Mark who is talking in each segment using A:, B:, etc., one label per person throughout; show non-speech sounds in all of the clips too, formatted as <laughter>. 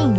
A: 迎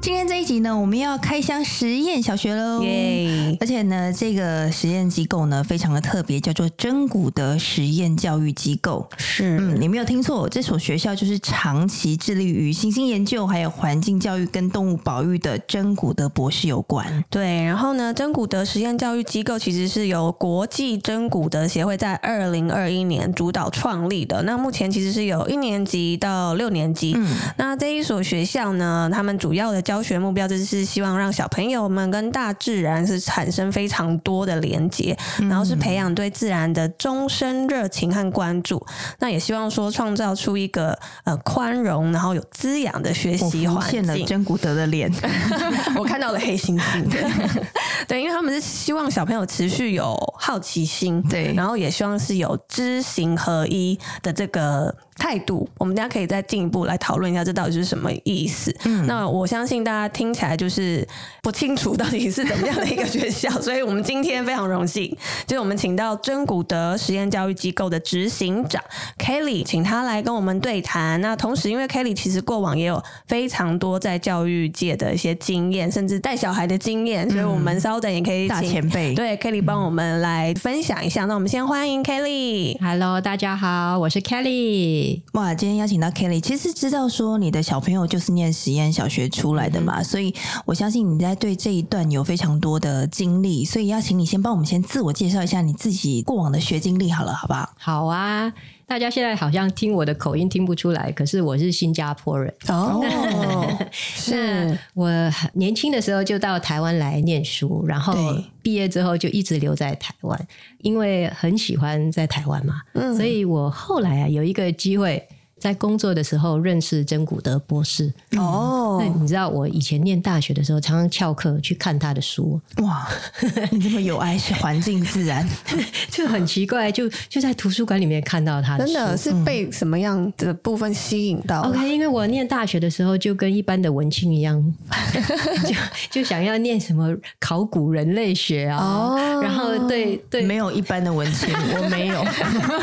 A: 今天这一集呢，我们要开箱实验小学喽！
B: 耶！
A: 而且呢，这个实验机构呢非常的特别，叫做真古德实验教育机构。
B: 是，
A: 嗯，你没有听错，这所学校就是长期致力于行星研究、还有环境教育跟动物保育的真古德博士有关。
B: 对。然后呢，真古德实验教育机构其实是由国际真古德协会在二零二一年主导创立的。那目前其实是有一年级到六年级。
A: 嗯，
B: 那这一所学校呢，他们主要的教学目标就是希望让小朋友们跟大自然是产生非常多的连接，
A: 嗯
B: 然后是培养对自然的终身热情和关注。那也希望说创造出一个呃宽容，然后有滋养的学
A: 我
B: 习
A: 哦浮
B: 环
A: 现了
B: 境。
A: 真古德的
B: <laughs>
A: 脸。
B: 我看到了黑猩猩， <laughs> 对，因为他们是希望小朋友持续有好奇心，
A: 对
B: 然后也希望是有知行合一的这个态度。我们大家可以再进一步来讨论一下，这到底是什么意思？嗯，那我相信大家听起来就是不清楚到底是怎么样的一个学校， <laughs> 所以我们今天非常荣幸，就是我们请到真古德实验教育机构的执行长 Kelly，请他来跟我们对谈。那同时，因为 Kelly 其实过往也有非常多在教育界的一些经验，甚至带小孩的经验，所以我们稍等也可以
A: 大
B: 请
A: 前辈
B: 对 Kelly 帮我们来分享一下。那我们先欢迎 Kelly。
C: Hello，大家好，我是 Kelly。
A: 哇，今天邀请到 Kelly，其实知道说你的小朋友就是念实验小学出来的嘛，所以我相信你在对这一段有非常多的经历，所以邀请你先帮我们先自我介绍一下你自己过往的学经历好了，好不好？
C: 好啊，大家现在好像听我的口音听不出来，可是我是新加坡人。
B: 哦，
C: 那
B: 是
C: 我很年轻的时候就到台湾来念书，然后
A: 对
C: 毕业之后就一直留在台湾，因为很喜欢在台湾嘛。
B: 嗯
C: 所以我后来啊有一个机会，在工作的时候认识真古德博士。那
B: 哦，
C: 你知道我以前念大学的时候，常常翘课去看他的书，
A: 哇，你这么有爱是环境自然，
C: 就很奇怪，就就在图书馆里面看到他的
B: 真
C: 书。
B: 的是被什么样的部分吸引到了？
C: OK，因为我念大学的时候就跟一般的文青一样， <laughs> 就就想要念什么考古人类学啊，
B: 哦
C: 然后对对
A: 没有一般的文青，我没有。
B: <laughs>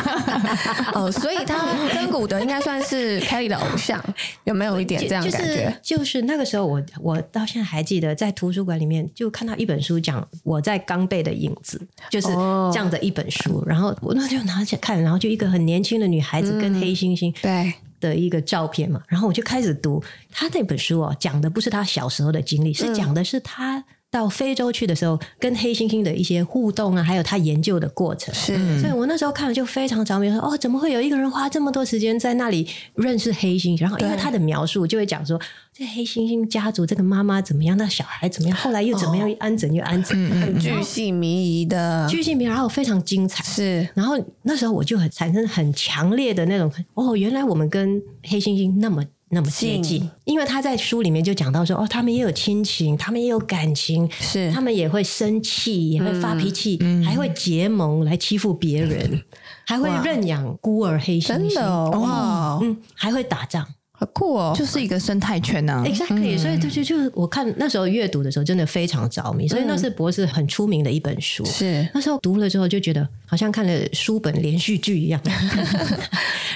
B: 哦，所以他跟古德应该算是 Kelly 的偶像，有没有一点
C: 就
B: 这样的感觉？
C: 就是就是那个时候我，我到现在还记得，在图书馆里面就看到一本书，讲我在刚被的影子，就是
B: 哦
C: 这样的一本书。然后我那就拿起来看，然后就一个很年轻的女孩子
B: 嗯
C: 跟黑猩猩
B: 对，
C: 的一个照片嘛，然后我就开始读他那本书哦，讲的不是他小时候的经历，是讲的是他到非洲去的时候跟黑猩猩的一些互动啊，还有他研究的过程。
B: 是
C: 所以我那时候看了就非常着迷，说哦，怎么会有一个人花这么多时间在那里认识黑猩猩？然后因为
B: 对
C: 他的描述就会讲说，这黑猩猩家族这个妈妈怎么样，那小孩怎么样，后来又怎么样，安怎又安怎，
B: 很巨细靡遗的，
C: 剧情名然后非常精彩。
B: 是
C: 然后那时候我就很产生很强烈的那种，哦，原来我们跟黑猩猩那么那么接
B: 近
C: 近，因为他在书里面就讲到说，哦，他们也有亲情，他们也有感情，
B: 是
C: 他们也会生气，也会发脾气，
B: 嗯
C: 还会结盟来欺负
B: <laughs>
C: 别人，还会认养孤儿黑猩猩，
B: 真的哦，哇，
C: 嗯，还会打仗。
B: 好酷哦，
A: 就是一个生态圈呐、啊。
B: 嗯
C: Exactly，、所以就就就是我看那时候阅读的时候，真的非常着迷，所以那
B: 嗯
C: 是博士很出名的一本书。
B: 是
C: 那时候读了之后就觉得好像看了书本连续剧一
B: <laughs>
C: 样，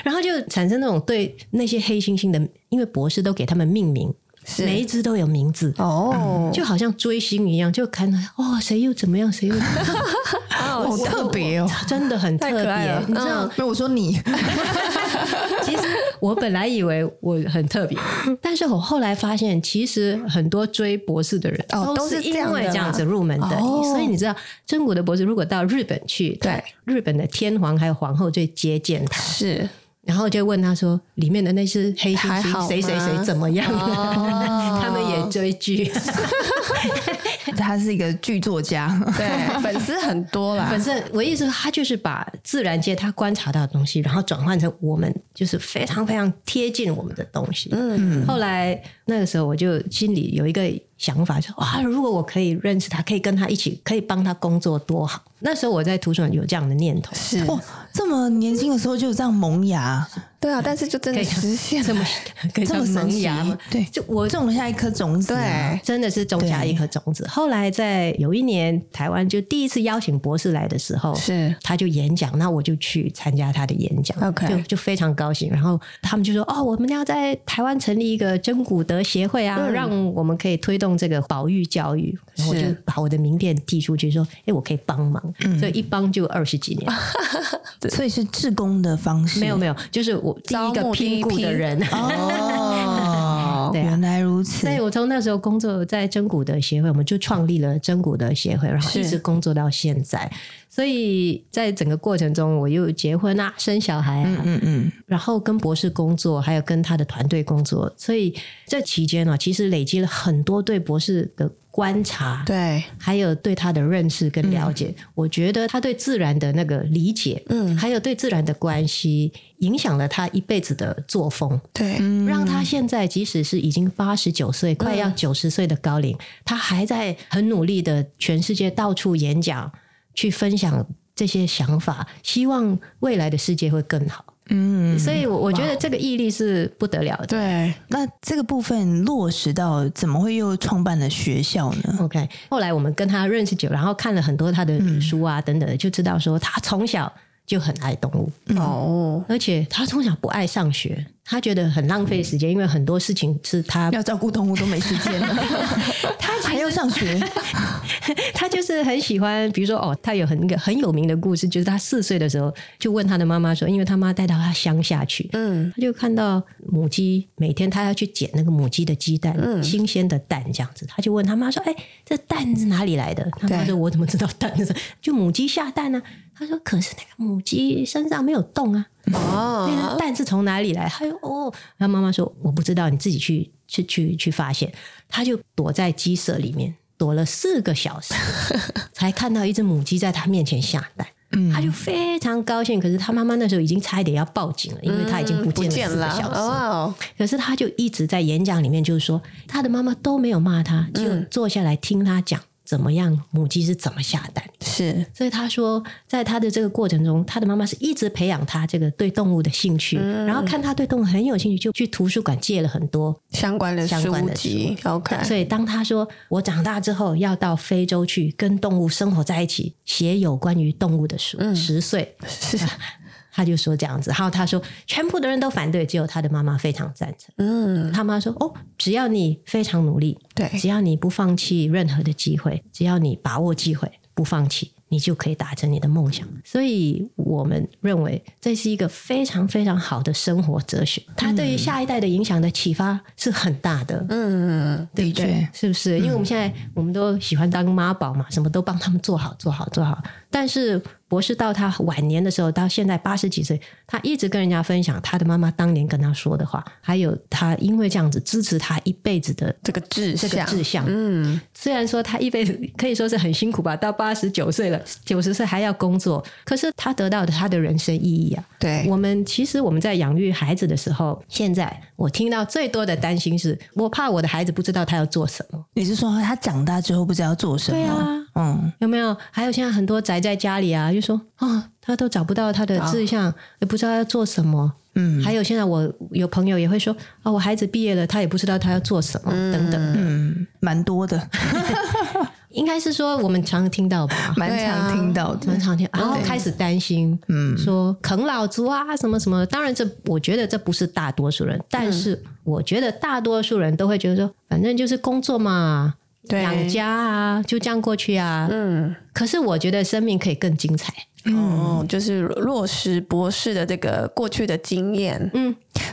C: 然后就产生那种对那些黑猩猩的，因为博士都给他们命名，每
B: 是
C: 一只都有名字。
B: 哦，
C: 嗯就好像追星一样，就看到哦，谁又怎么
B: <laughs>
C: 样，谁又怎么样
A: 好特别哦！
C: 真的很特
B: 太可爱
C: 别
B: 了。嗯
C: 你知道，
A: 没有，我说你，
C: 其实我本来以为我很特别，但是我后来发现，其实很多追博士的人
B: 哦
C: 都是
B: 都是
C: 因
B: 这样的
C: 为这样子入门的。
B: 哦
C: 所以你知道，真古的博士如果到日本去，
B: 对，
C: 日本的天皇还有皇后就会接见他， <laughs>
B: 是
C: 然后就问他说，里面的那只黑猩
B: 还好吗
C: 猩谁谁谁怎么样
B: 哦
C: 了？ <laughs> 他们也追剧，
A: 他是一个剧作家，
B: 对，粉丝很多啦
C: 反，正我意思说，他就是把自然界他观察到的东西，然后转换成我们就是非常非常贴近我们的东西。嗯，后来那个时候我就心里有一个想法，说哇，如果我可以认识他，可以跟他一起，可以帮他工作多好。那时候我在图书馆有这样的念头，
B: 是
A: 哇，这么年轻的时候就有这样萌芽，
B: 对啊，但是就真的
C: 可以啊
B: 实现
C: 这
B: 了
C: 么可以
A: 这么
C: 叫
A: 神
C: 萌
A: 奇
C: 芽吗？
A: 对，
C: 就我
A: 种了下一颗种子啊，
B: 对
C: 真的是种下一颗种子。后来在有一年台湾就第一次邀请博士来的时候，
B: 是
C: 他就演讲，那我就去参加他的演讲
B: OK
C: 就就非常高兴。然后他们就说：“哦，我们要在台湾成立一个真古德协会啊，
B: 嗯
C: 让我们可以推动这个保育教育。”然后我就是把我的名片递出去说：“哎，我可以帮忙。
B: 嗯
C: 所以一帮就二十
B: <laughs>
C: 几年，
A: 所以是志工的方式，
C: 没有没有，就是我第一
B: 招
C: 个
B: 募第一
C: 评估的
B: 批
C: 人。
A: <laughs> 哦，
C: 对啊
A: 原来如此
C: 所。以我从那时候工作在真古德协会，我们就创立了真古德协会，然后
B: 是
C: 一直工作到现在。所以在整个过程中，我又结婚啊，生小孩啊，
A: 嗯嗯，
C: 然后跟博士工作，还有跟他的团队工作。所以这期间啊呢、其实累积了很多对博士的观察，
B: 对，
C: 还有对他的认识跟了解。我觉得他对自然的那个理解，嗯，还有对自然的关系，影响了他一辈子的作风。
B: 对，
A: 嗯
C: 让他现在即使是已经八十九岁，快要九十岁的高龄，他还在很努力的全世界到处演讲，去分享这些想法，希望未来的世界会更好。嗯，所以我我觉得这个毅力是不得了的。
B: 对，
A: 那这个部分落实到怎么会又创办了学校呢？
C: OK，后来我们跟他认识久，然后看了很多他的书啊等等的，就知道说他从小就很爱动物。
B: 哦，
C: 而且他从小不爱上学，他觉得很浪费时间，因为很多事情是他
A: <laughs> 要照顾动物都没时间 <laughs> 了，他还要上 <laughs> 学，
C: 他就是很喜欢，比如说哦，他有很一个很有名的故事，就是他四岁的时候就问他的妈妈说，因为他妈带到他乡下去，
B: 嗯，
C: 他就看到母鸡每天他要去捡那个母鸡的鸡蛋，新鲜的蛋这样子，他就问他妈说，哎，这蛋是哪里来的？他妈
B: 对
C: 说，我怎么知道蛋是？就母鸡下蛋呢、啊他说，可是那个母鸡身上没有洞啊，那
B: 哦，
C: 个蛋是从哪里来？他就哦，然后妈妈说我不知道，你自己去去去去发现。他就躲在鸡舍里面躲了四个
B: <laughs>
C: 小时，才看到一只母鸡在他面前下蛋。
B: 嗯
C: 他就非常高兴，可是他妈妈那时候已经差一点要报警了，因为他已经
B: 嗯
C: 不
B: 不
C: 见
B: 见
C: 了四个小时。
B: 哦，
C: 可是他就一直在演讲里面，就是说他的妈妈都没有骂他，只
B: 嗯
C: 有坐下来听他讲怎么样母鸡是怎么下蛋。
B: 是
C: 所以他说，在他的这个过程中，他的妈妈是一直培养他这个对动物的兴趣，然后看他对动物很有兴趣，就去图书馆借了很多。
B: 相关的
C: 相
B: 书
C: 关的
B: 籍，OK，
C: 所以当他说我长大之后要到非洲去跟动物生活在一起，写有关于动物的书，十岁
B: 是
C: 啊他就说这样子，然后他说全部的人都反对，只有他的妈妈非常赞成。
B: 嗯，
C: 他妈说：“哦，只要你非常努力，
B: 对
C: 只要你不放弃任何的机会，只要你把握机会不放弃，你就可以达成你的梦想。”所以我们认为这是一个非常非常好的生活哲学，它对于下一代的影响的启发是很大的。嗯，对
A: 的
C: 不对
A: 确，
C: 是不是？因为我们现在我们都喜欢当妈宝嘛，什么都帮他们做好，做好，做好。但是博士到他晚年的时候，到现在八十几岁，他一直跟人家分享他的妈妈当年跟他说的话，还有他因为这样子支持他一辈子的
B: 这个志
C: 这个
B: 向，
C: 志向。
B: 嗯，
C: 虽然说他一辈子可以说是很辛苦吧，到八十九岁了，九十岁还要工作，可是他得到的他的人生意义啊。
B: 对，
C: 我们其实我们在养育孩子的时候，现在我听到最多的担心是，我怕我的孩子不知道他要做什么。
A: 你是说他长大之后不知道做什
C: 对
A: 么？
C: 啊，
A: 嗯，
C: 有没有？还有现在很多宅在家里啊，就说啊、哦，他都找不到他的志向，也不知道要做什么。啊嗯，还有现在我有朋友也会说啊、我孩子毕业了，他也不知道他要做什么，等等。
A: 嗯，蛮多的，
C: 应该是说我们常听到吧，
A: 蛮常听到的。
C: 蛮常听，然后开始担心，嗯，说啃老族啊，什么什么。当然这，我觉得这不是大多数人，但是
B: 嗯
C: 我觉得大多数人都会觉得说，反正就是工作嘛，
B: 对
C: 养家啊，就这样过去啊。
B: 嗯，
C: 可是我觉得生命可以更精彩。
B: 哦，就是落实博士的这个过去的经验，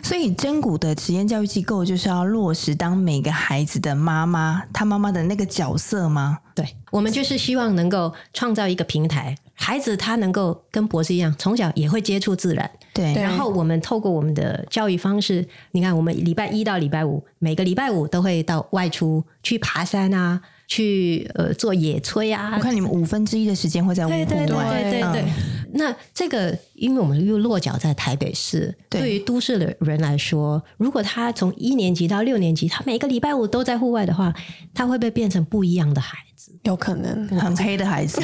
A: 所以真古的实验教育机构就是要落实当每个孩子的妈妈，她妈妈的那个角色吗？
C: 对，我们就是希望能够创造一个平台，孩子他能够跟博士一样，从小也会接触自然。
A: 对，
B: 对
C: 然后我们透过我们的教育方式，你看，我们礼拜一到礼拜五，每个礼拜五都会到外出去爬山啊，去呃做野炊啊
A: 我，看你们五分之一的时间会在户啊外，
C: 对对对对对对。嗯那这个，因为我们又落脚在台北市，
A: 对
C: 对于都市的人来说，如果他从一年级到六年级，他每个礼拜五都在户外的话，他会不会变成不一样的孩子？
A: <laughs>
B: 有可能
A: 嗯很黑的孩子，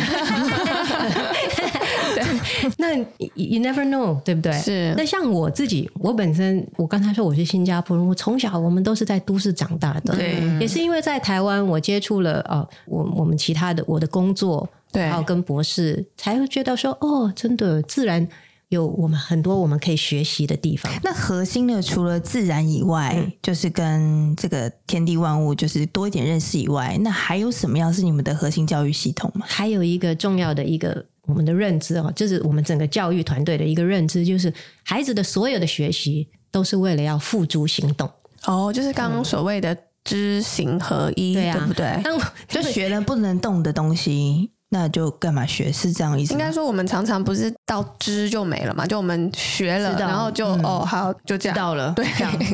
C: <laughs> 那 you- you never know，对不对？
B: 是
C: 那像我自己，我本身我刚才说我是新加坡人，我从小我们都是在都市长大的，
B: 对，
C: 也是因为在台湾我接触了呃，我我们其他的我的工作，
B: 对
C: 还有跟博士，才会觉得说哦，真的自然有我们很多我们可以学习的地方。
A: 那核心的除了自然以外，就是跟这个天地万物就是多一点认识以外，那还有什么样是你们的核心教育系统吗？
C: 还有一个重要的一个我们的认知哦，就是我们整个教育团队的一个认知，就是孩子的所有的学习都是为了要付诸行动。
B: 哦，就是刚刚所谓的知行合一，
C: 对啊
B: 不对？
C: 当
A: 就学了不能动的东西，那就干嘛学？是这样意思
B: 应
A: 吗？
B: 该说，我们常常不是到知就没了嘛，就我们学了，
C: 知道
B: 然后就、哦好，就这样
A: 到了
B: 对
A: 这样，
B: <laughs>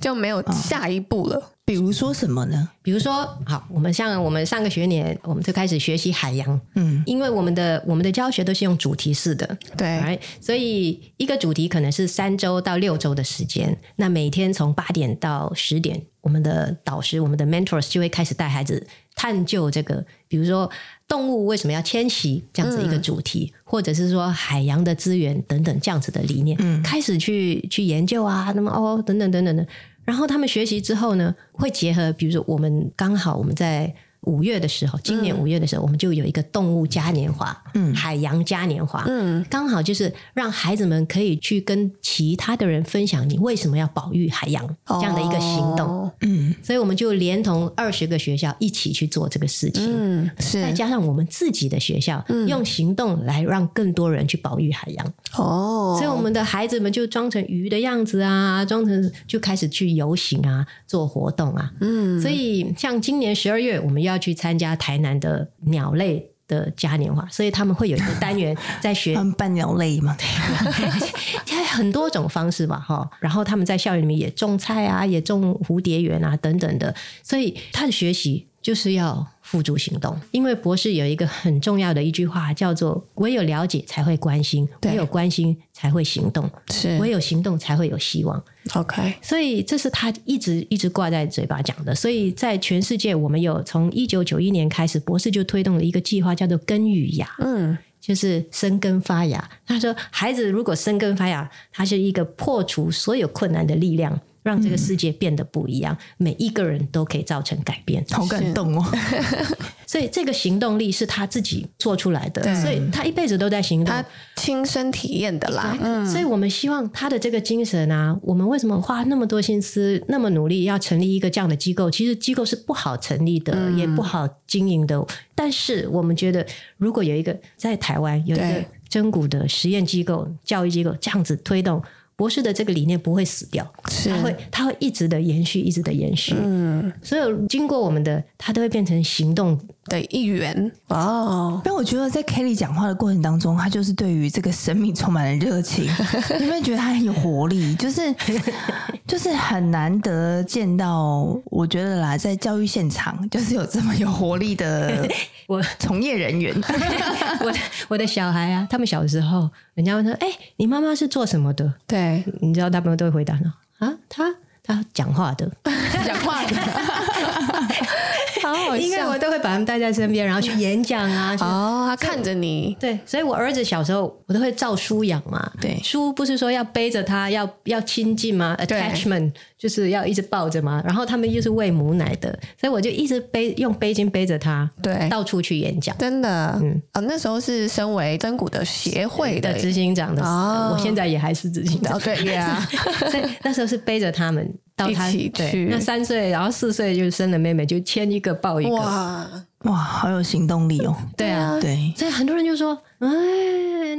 B: 就没有下一步了。
A: 比如说什么呢？
C: 比如说，好，我们像我们上个学年，我们就开始学习海洋，
A: 嗯，
C: 因为我们的我们的教学都是用主题式的，
B: 对，
C: 哎，所以一个主题可能是三周到六周的时间，那每天从八点到十点，我们的导师、我们的 mentors 就会开始带孩子探究这个，比如说动物为什么要迁徙这样子一个主题，或者是说海洋的资源等等这样子的理念，开始去去研究啊，那么哦等等等等的。然后他们学习之后呢，会结合，比如说我们刚好我们在五月的时候，今年五月的时候，我们就有一个动物嘉年华，嗯，海洋嘉年华，嗯，刚好就是让孩子们可以去跟其他的人分享你为什么要保育海洋这样的一个行动，
B: 哦，
C: 所以我们就连同二十个学校一起去做这个事情。
B: 嗯，是
C: 再加上我们自己的学校，用行动来让更多人去保育海洋，
B: 哦，
C: 所以我们的孩子们就装成鱼的样子啊，装成就开始去游行啊，做活动啊。嗯，所以像今年十二月，我们又要去参加台南的鸟类的嘉年华，所以他们会有一个单元在学
A: 他，们半鸟类 <laughs> 嘛，
C: 现在很多种方式吧，哈。然后他们在校园里面也种菜啊，也种蝴蝶园啊等等的，所以他的学习。就是要付诸行动，因为博士有一个很重要的一句话，叫做“唯有了解才会关心，
B: 对
C: 唯有关心才会行动”。
B: 是
C: 唯有行动才会有希望。
B: OK，
C: 所以这是他一直一直挂在嘴巴讲的。所以在全世界，我们有从一九九一年开始，博士就推动了一个计划，叫做“根与芽”。
B: 嗯，
C: 就是生根发芽。他说，孩子如果生根发芽，它是一个破除所有困难的力量，让这个世界变得不一样，每一个人都可以造成改变。
A: 好感动哦。
C: 所以这个行动力是他自己做出来的
B: 对，
C: 所以他一辈子都在行动
B: 他。亲身体验的啦，
C: 所以我们希望他的这个精神啊，我们为什么花那么多心思、那么努力要成立一个这样的机构？其实机构是不好成立的，也不好经营的。但是我们觉得，如果有一个在台湾有一个
B: 对
C: 真骨的实验机构、教育机构这样子推动。博士的这个理念不会死掉，
B: 是
C: 它会它会一直的延续，一直的延续。嗯，所有经过我们的，它都会变成行动
B: 的一员哦，
A: 但我觉得在 Kelly 讲话的过程当中，他就是对于这个生命充满了热情，你有没有觉得他很有活力？就是就是很难得见到，我觉得啦，在教育现场就是有这么有活力的
C: 我
A: 从业人员。
C: 我的我的小孩啊，他们小时候，人家问他，哎、你妈妈是做什么的？
B: 对，
C: 你知道他们都会回答说啊，他他讲话的，
A: 讲话
B: <laughs> 好好
C: 因为
B: 笑
C: 我都会把他们带在身边，然
B: <laughs>
C: 后去演讲啊。去
B: 哦，他看着你，
C: 对，所以我儿子小时候我都会照书养嘛。
B: 对
C: 书不是说要背着他，要要亲近吗
B: 对
C: ？attachment 就是要一直抱着嘛。然后他们又是喂母奶的，所以我就一直背用背巾背着他，
B: 对
C: 到处去演讲。
B: 真的，嗯，哦，那时候是身为真骨的协会的
C: 的执行长的，
B: 哦
C: 我现在也还是执行长
B: 哦，。对呀，
C: <laughs> 所以那时候是背着他们到他
B: 一起
C: 对
B: 去
C: 那三岁，然后四岁就生了妹妹，就牵一个抱一个。
B: 哇，
A: 哇，好有行动力哦。
C: 对啊，
A: 对，
C: 所以很多人就说：“哎，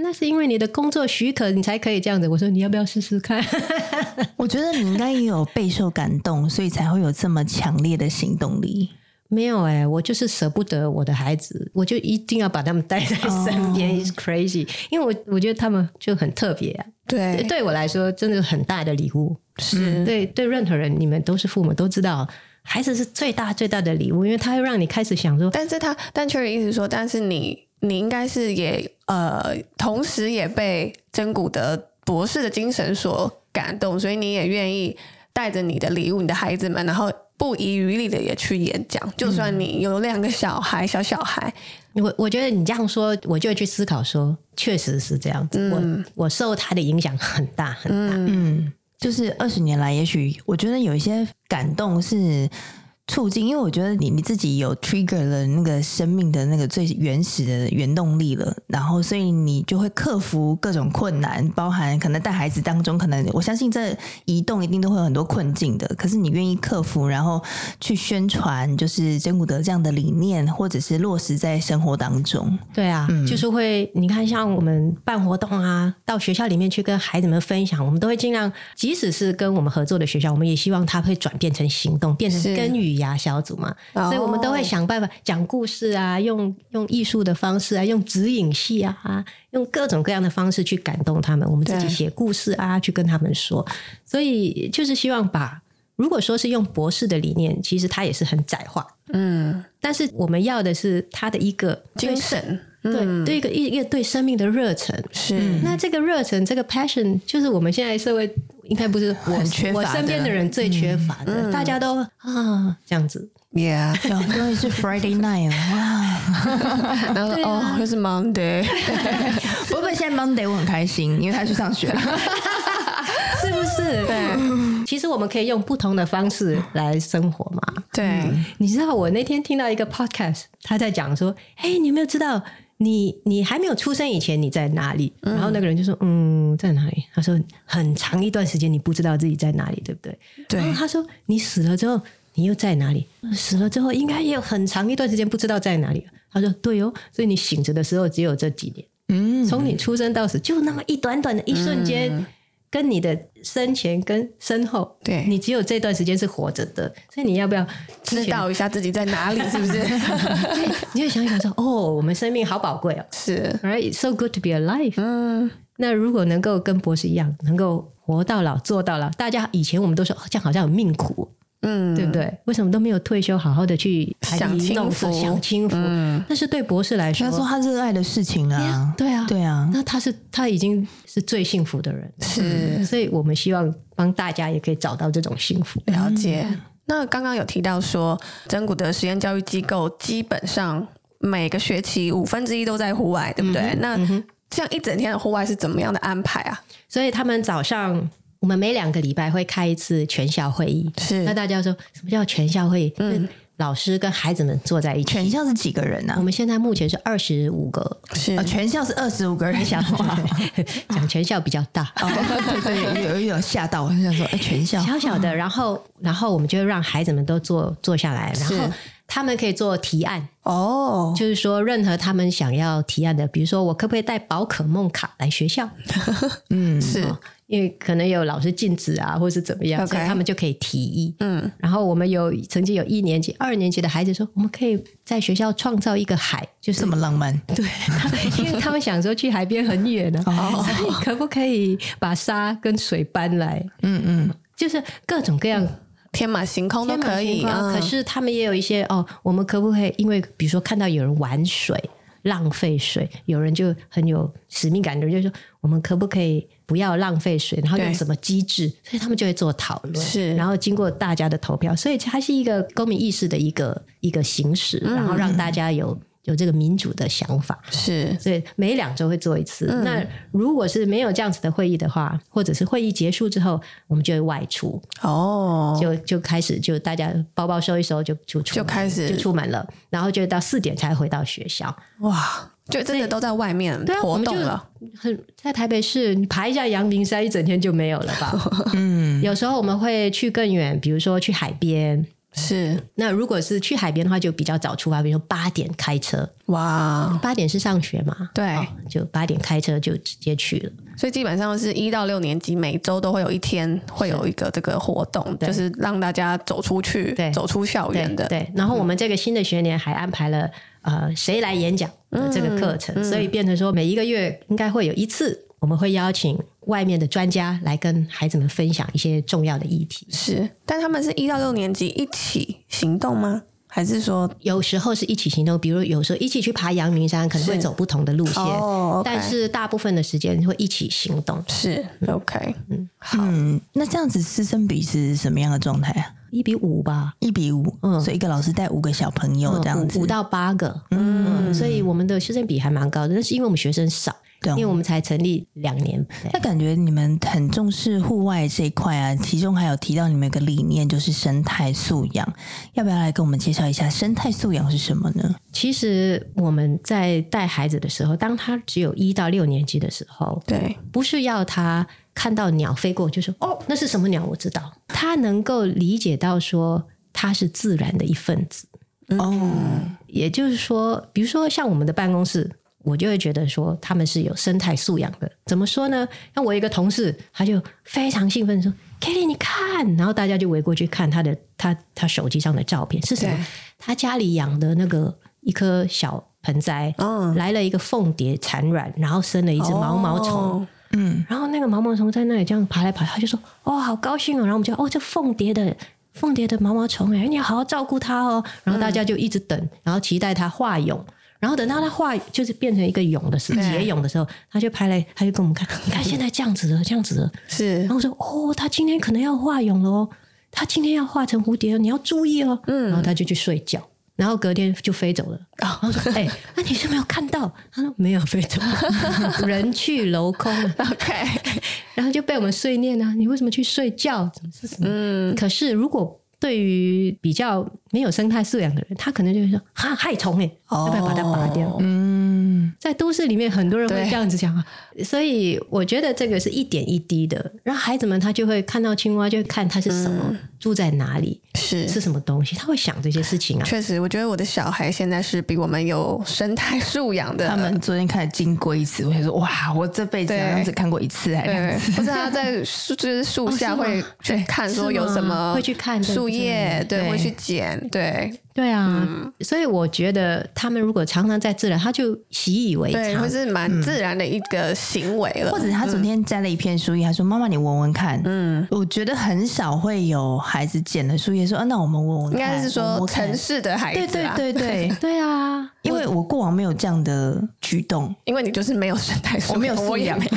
C: 那是因为你的工作许可，你才可以这样子。”我说：“你要不要试试看 <laughs>
A: 我觉得你应该也有备受感动，所以才会有这么强烈的行动力。？”
C: 没有哎、我就是舍不得我的孩子，我就一定要把他们带在身边、i s crazy。因为我我觉得他们就很特别啊，对
B: 对，
C: 对我来说真的很大的礼物。嗯
B: 是，
C: 对对，任何人，你们都是父母都知道，孩子是最大最大的礼物，因为他会让你开始想说，
B: 但是他，但 Cherry 意思说，但是你，你应该是也呃，同时也被真古德博士的精神所感动，所以你也愿意带着你的礼物，你的孩子们，然后不遗余力的也去演讲，就算你有两个小孩，小小孩，
C: 我我觉得你这样说，我就会去思考说，确实是这样子。我我受他的影响很大很大。
A: 嗯，就是二十年来，也许我觉得有一些感动是促进，因为我觉得你你自己有 trigger 了那个生命的那个最原始的原动力了，然后所以你就会克服各种困难，包含可能带孩子当中，可能我相信这移动一定都会有很多困境的，可是你愿意克服，然后去宣传就是真古德这样的理念，或者是落实在生活当中， <laughs>
C: 对啊，
B: 嗯
C: 就是会，你看，像我们办活动啊，到学校里面去跟孩子们分享，我们都会尽量，即使是跟我们合作的学校，我们也希望它会转变成行动，变成
B: 是
C: 根与芽啊小组嘛。
B: 哦
C: 所以我们都会想办法讲故事啊，用用艺术的方式啊，用指引戏啊，用各种各样的方式去感动他们。我们自己
B: 对
C: 写故事啊，去跟他们说。所以就是希望把，如果说是用博士的理念，其实它也是很窄化。
B: 嗯，
C: 但是我们要的是他的一个
B: 精
C: 对
B: 神嗯
A: 嗯
C: 对对一个一一个对生命的热忱。
B: 是、
C: 那这个热忱，这个 passion，就是我们现在社会应该不是我
A: 很缺乏
C: 我
A: 的嗯
C: 身边的人最缺乏的，大家都啊这样子，
B: <laughs> yeah，
A: 有很多人是 Friday night 哇。
B: 然后、哦，又是 <laughs> Monday，
A: 不过现在 Monday 我很开心，因为他去上学了。
C: 是不是？对， <laughs> 其实我们可以用不同的方式来生活嘛。
B: 对，
C: 你知道我那天听到一个 podcast，他在讲说，哎、你有没有知道你你还没有出生以前你在哪里？然后那个人就说，嗯，在哪里？他说很长一段时间你不知道自己在哪里，对不对？
B: 对嗯
C: 然后他说你死了之后你又在哪里？死了之后应该也有很长一段时间不知道在哪里。他说对哦，所以你醒着的时候只有这几年，嗯，从你出生到死就那么一短短的一瞬间。跟你的生前跟身后，
B: 嗯对
C: 你只有这段时间是活着的，所以你要不要之
B: 知
C: 前
B: 道一下自己在 <laughs> 哪里，是不是？
C: <laughs> 你就想一想说，哦，我们生命好宝贵哦
B: 是，
C: ，right? It's so good to be alive。嗯，那如果能够跟博士一样，能够活到老做到老，大家以前我们都说、哦、这样好像有命苦，
B: 嗯，
C: 对不对？为什么都没有退休，好好的去
B: 享清福
C: 享清福？但是对博士来说
A: 他，说他热爱的事情啊，
C: 对啊，
A: 对啊，
C: 那他是他已经是最幸福的人，嗯
B: 是
C: 所以我们希望帮大家也可以找到这种幸福。
B: 了解。嗯那刚刚有提到说，真古德实验教育机构基本上每个学期五分之一都在户外，对不对？那这样一整天的户外是怎么样的安排啊？
C: 所以他们早上，我们每两个礼拜会开一次全校会议。
B: 是
C: 那大家说什么叫全校会议？嗯，老师跟孩子们坐在一起。
A: 全校是几个人
C: 我
A: 啊？
C: 们现在目前是二十五个，
B: 是
A: 啊，全校是二十五个人，想 <laughs>
C: <laughs>
A: 哇，
C: 讲全校比较大，
A: 对对，有有有吓到，我就想说，哎，全校
C: 小小的。然后，然后我们就会让孩子们都坐坐下来，然后他们可以做提案，
B: 哦，
C: 就是说任何他们想要提案的，比如说我可不可以带宝可梦卡来学校？
A: 嗯
B: 是
C: 因为可能有老师禁止啊，或是怎么样，
B: OK
C: 所以他们就可以提议。
B: 嗯，
C: 然后我们有曾经有一年级、二年级的孩子说，我们可以在学校创造一个海，就是
A: 这么浪漫，哦
C: 对，他们因为他们想说去海边很远呢、
B: 哦
C: 啊，所以可不可以把沙跟水搬来？
A: 嗯嗯，
C: 就是各种各样
B: 天马行空哦都
C: 天马
B: 可以
C: 行空啊
B: 嗯
C: 可是他们也有一些哦，我们可不可以？因为比如说看到有人玩水浪费水，有人就很有使命感的，就说我们可不可以不要浪费水？然后
B: 对
C: 用什么机制？所以他们就会做讨论，
B: 是
C: 然后经过大家的投票，所以它是一个公民意识的一个一个形式，
B: 嗯
C: 然后让大家有有这个民主的想法。
B: 是
C: 所以每两周会做一次。
B: 嗯
C: 那如果是没有这样子的会议的话，或者是会议结束之后，我们就会外出，
B: 哦，
C: 就就开始就大家包包收一收就就出
B: 就开始
C: 就出门了，然后就到四点才回到学校。
B: 哇，就真的都在外面
C: 对啊，我
B: 活
C: 们就
B: 动了，
C: 很在台北市，你爬一下阳明山一整天就没有了
B: <laughs>
C: 吧？嗯，有时候我们会去更远，比如说去海边。
B: 是
C: 那如果是去海边的话，就比较早出发，比如说八点开车，
B: 哇，
C: 八点是上学嘛，
B: 对
C: 哦就八点开车就直接去了。
B: 所以基本上是一到六年级每周都会有一天会有一个这个活动，
C: 对
B: 就是让大家走出去
C: 对，
B: 走出校
C: 对
B: 园的，
C: 对，然后我们这个新的学年还安排了呃谁来演讲的这个课程，所以变成说每一个月应该会有一次，我们会邀请外面的专家来跟孩子们分享一些重要的议题。
B: 是，但他们是一到六年级一起行动吗？还是说
C: 有时候是一起行动，比如有时候一起去爬阳明山，可能会走不同的路线，
B: 哦，OK
C: 但是大部分的时间会一起行动。
B: 是 OK？嗯，好，
A: 嗯，那这样子师生比是什么样的状态啊？
C: 一比五吧，
A: 一比五，所以一个老师带五个小朋友这样
C: 嗯
A: 子，
C: 五五到八个，嗯，所以我们的师生比还蛮高的，但是因为我们学生少，
A: 懂
C: 因为我们才成立两年，对
A: 那感觉你们很重视户外这一块啊，其中还有提到你们有个理念就是生态素养，要不要来跟我们介绍一下生态素养是什么呢？
C: 其实我们在带孩子的时候，当他只有一到六年级的时候，
B: 对，
C: 不是要他看到鸟飞过就说哦那是什么鸟我知道，他能够理解到说它是自然的一份子。
B: 嗯
A: 哦，
C: 也就是说，比如说像我们的办公室，我就会觉得说他们是有生态素养的。怎么说呢？像我有一个同事，他就非常兴奋地说：“Kelly，你看！”然后大家就围过去看他的他他手机上的照片是什
B: 对
C: 么？他家里养的那个一颗小盆栽，
B: 嗯，
C: 来了一个凤蝶产卵，然后生了一只毛毛虫。
B: 哦，
A: 嗯，
C: 然后那个毛毛虫在那里这样爬来爬去，他就说：“哦，好高兴哦。”然后我们就：“哦，这凤蝶的凤蝶的毛毛虫哎，你要好好照顾它哦。”然后大家就一直等，然后期待它化蛹。然后等到它化，就是变成一个蛹的时候，
B: 对
C: 结蛹的时候，他就拍来，他就跟我们看，你看现在这样子了，这样子了。
B: 是
C: <laughs> 然后我说：“哦，它今天可能要化蛹了哦，它今天要化成蝴蝶哦，你要注意哦。”嗯，然后它就去睡觉。然后隔天就飞走了。然后我说：“哎、那、你是没有看到？”他说：“没有飞走了，人去楼空啊。”
B: OK，
C: 然后就被我们碎念啊，你为什么去睡觉？什么是什么？
B: 嗯，
C: 可是如果对于比较没有生态素养的人，他可能就会说哈害虫哎、
B: 哦
C: 要不要把它拔掉？
A: 嗯，
C: 在都市里面，很多人会
B: 对
C: 这样子讲啊，所以我觉得这个是一点一滴的，让孩子们他就会看到青蛙，就会看它是什么，
B: 嗯
C: 住在哪里，
B: 是
C: 是什么东西，他会想这些事情啊。
B: 确实，我觉得我的小孩现在是比我们有生态素养的。
A: 他们昨天开始经过一次，我想说哇，我这辈子好像只看过一次还两
B: 对
A: 次，，
B: 不是他在树就是树下
C: 哦是吗
B: 会去看说有什
C: 是吗
B: 么
C: 会去看对
B: 树叶，
C: 不
A: 对
B: 对，会去捡，对
C: 对啊，
B: 嗯
C: 所以我觉得他们如果常常在自然，他就习以为
B: 对，
C: 常
B: 会。是蛮自然的一个行为
A: 嗯
B: 了
A: 或。者他昨天摘了一片树叶，他说：“妈妈，你闻闻看。”嗯，我觉得很少会有孩子捡了树叶说：“啊，那我们闻闻
B: 应
A: 看。”
B: 该是
A: 摸
B: 说
A: 摸看
B: 城市的孩
A: 对
B: 子
A: 对
B: 啊，
A: 对
B: <laughs>
A: 对，
C: 对啊，
A: 因为我过往没有这样的举动，
B: 因为你就是没有生态素养，
A: 我没有素
B: 也
A: 养
B: 没有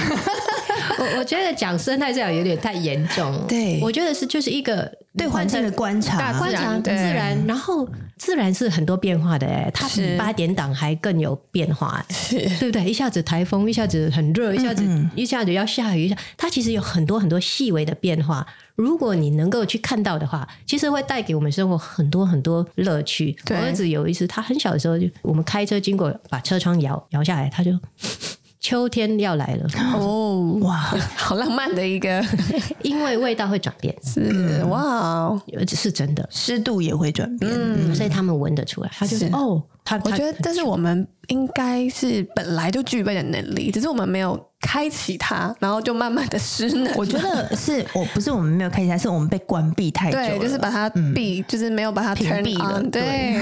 C: 我我觉得讲生态这样有点太严重了。
A: 对
C: 我觉得是就是一个
A: 对环境的观察
B: 大。
C: 观察自
B: 自然对
C: 然，然后自然是很多变化的、欸，它比
B: 是
C: 八点档还更有变化、欸
B: 是
C: 对不对？一下子台风，一下子很热，一下子一下子要下雨，一下它其实有很多很多细微的变化。如果你能够去看到的话，其实会带给我们生活很多很多乐趣。我
B: 对
C: 儿子有一次，他很小的时候就我们开车经过，把车窗摇摇下来，他就 <laughs> 秋天要来了，
B: 哦，
A: 哇，
B: <laughs> 好浪漫的
A: <laughs>
B: 一个
C: 因为味道会转变。
B: 是 <laughs> 哇哦，
C: 呃，这是真的，
A: 湿度也会转变。
C: 嗯，所以他们闻得出来，他就是
B: 是
C: 哦，他
B: 我
C: 他
B: 觉得这是我们应该是本来就具备的能力，只是我们没有开启它，然后就慢慢的失能。
A: 我觉得是我不是我们没有开启它，是我们被关闭太久
B: 对，
A: 了。
B: 就是把它闭，就是没有把它
A: 屏
B: turn
A: 蔽
B: on，
A: 了
B: 对，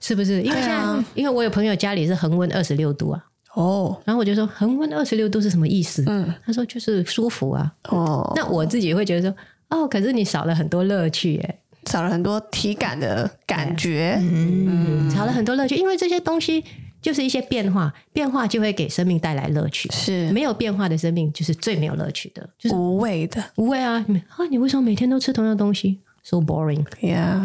C: 是不是？因为现在、
B: 啊
C: 因为我有朋友家里是恒温二十六度啊，
B: 哦
C: 然后我就说恒温二十六度是什么意思？嗯，他说就是舒服啊。
B: 哦，
C: 那我自己会觉得说，哦，可是你少了很多乐趣耶，
B: 少了很多体感的感觉，
C: 嗯，少了很多乐趣，因为这些东西就是一些变化，变化就会给生命带来乐趣，
B: 是
C: 没有变化的生命就是最没有乐趣的，就是
B: 无味的
C: 不会啊，你们啊，你为什么每天都吃同样的东西？So boring。
B: ，yeah。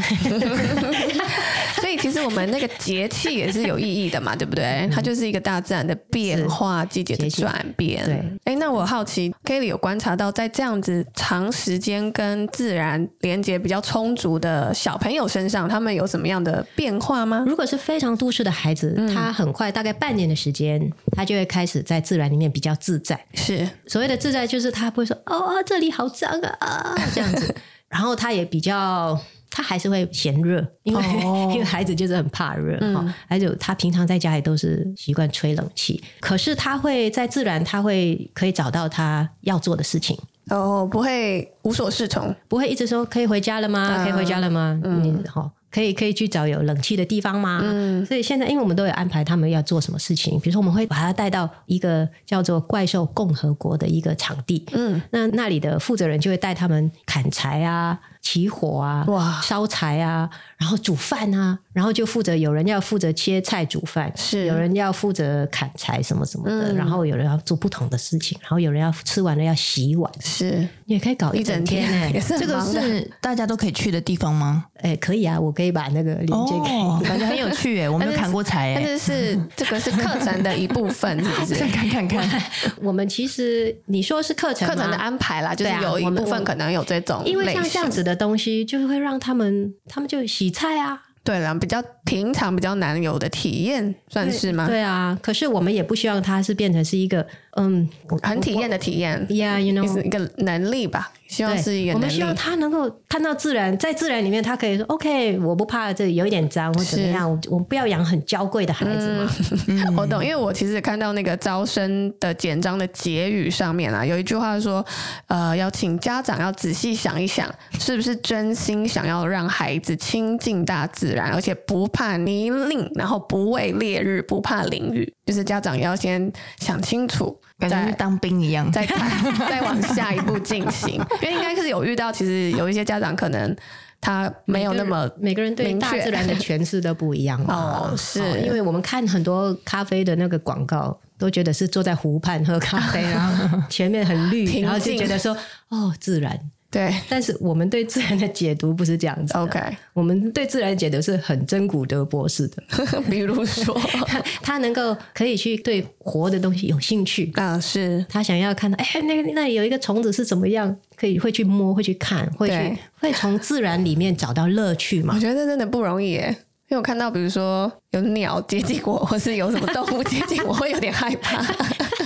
B: 所以其实我们那个节气也是有意义的嘛，对不对？它就是一个大自然的变化、季节的
C: 节气
B: 转变。
C: 对，
B: 哎，那我好奇，Kelly 有观察到，在这样子长时间跟自然连接比较充足的小朋友身上，他们有什么样的变化吗？
C: 如果是非常都市的孩子，他很快大概半年的时间，他就会开始在自然里面比较自在。
B: 是
C: 所谓的自在，就是他不会说“哦，啊这里好脏啊啊”这样子，然后他也比较。他还是会嫌热，因为、 <laughs> 因为孩子就是很怕热哈、还有他平常在家里都是习惯吹冷气，可是他会在自然，他会可以找到他要做的事情，
B: 哦，不会无所适从。
C: 不会一直说可以回家了吗？可以回家了吗？嗯，好、可以可以去找有冷气的地方吗？嗯，所以现在因为我们都有安排他们要做什么事情，比如说我们会把他带到一个叫做怪兽共和国的一个场地，嗯，那那里的负责人就会带他们砍柴啊，起火啊，
B: 哇
C: 烧柴啊，然后煮饭啊，然后就负责有人要负责切菜煮饭，
B: 是
C: 有人要负责砍柴什么什么的，然后有人要做不同的事情，然后有人要吃完了要洗碗，
B: 是
C: 也可以搞
B: 一
C: 一整
B: 整
C: 天哎、
B: 天， <laughs> 也是
A: 这
B: 很
A: 个
B: 忙的
A: 是大家都可以去的地方吗？
C: 哎、可以啊，我可以把那个链接
B: 哦
C: 给你。
A: 哦 <laughs> 感觉很有趣耶，我没有砍过柴
B: 但
A: 耶，
B: 是 <laughs> 是这个是课程的一部分，是不是？
A: <laughs> 看看看，
C: 我们其实你说是课程吗
B: 课程的安哦排啦，就是
C: 对啊
B: 有一
C: 我们
B: 部分可能有这种类型，
C: 因为像这样子的东西，就会让他们他们就洗菜啊，
B: 对啦，比较平常比较难有的体验，算嗯是吗？
C: 对啊，可是我们也不希望它是变成是一个嗯，
B: 很体验的体验，
C: ，yeah，you
B: 也
C: know，
B: 是一个能力吧，希望
C: 对，
B: 是一个
C: 我
B: 能
C: 们希望
B: 力。
C: 他能够看到自然，在自然里面，他可以说 OK，我不怕这里有一点脏或怎么样，我我不要养很娇贵的孩子嘛。
B: 嗯我
C: 嗯
B: 懂，因为我其实看到那个招生的简章的结语上面啊，有一句话说，呃，要请家长要仔细想一想，是不是真心想要让孩子亲近大自然，而且不怕泥泞，然后不畏烈日，不怕淋雨，就是家长要先想清
C: <laughs>
B: 楚，
A: 感觉
B: 再
A: 是当兵一样。
B: 再谈，再往下一步进行。因为应该是有遇到，其实有一些家长可能他没有那么
C: 每个人对
B: 明
C: 大
B: 确
C: 自然的诠释都不一样嘛
B: <laughs> 哦是
C: 因为我们看很多咖啡的那个广告，都觉得是坐在湖畔喝咖啡，然后前面很 <laughs> 绿，
B: 平
C: 然后就
B: 静
C: 觉得说哦自然。
B: 对。
C: 但是我们对自然的解读不是这样子的 <laughs>
B: OK，
C: 我们对自然的解读是很真古德博士的，
B: 比如说，
C: <laughs> 他能够可以去对活的东西有兴趣，
B: 啊是
C: 他想要看到，哎、那个那里有一个虫子是怎么样，可以会去摸，会去看，会
B: 对
C: 去会从自然里面找到乐趣
B: 我
C: 嘛？
B: 觉得这真的不容易耶，因为我看到比如说有鸟接近我，或是有什么动物接近我，会有点害怕， <laughs>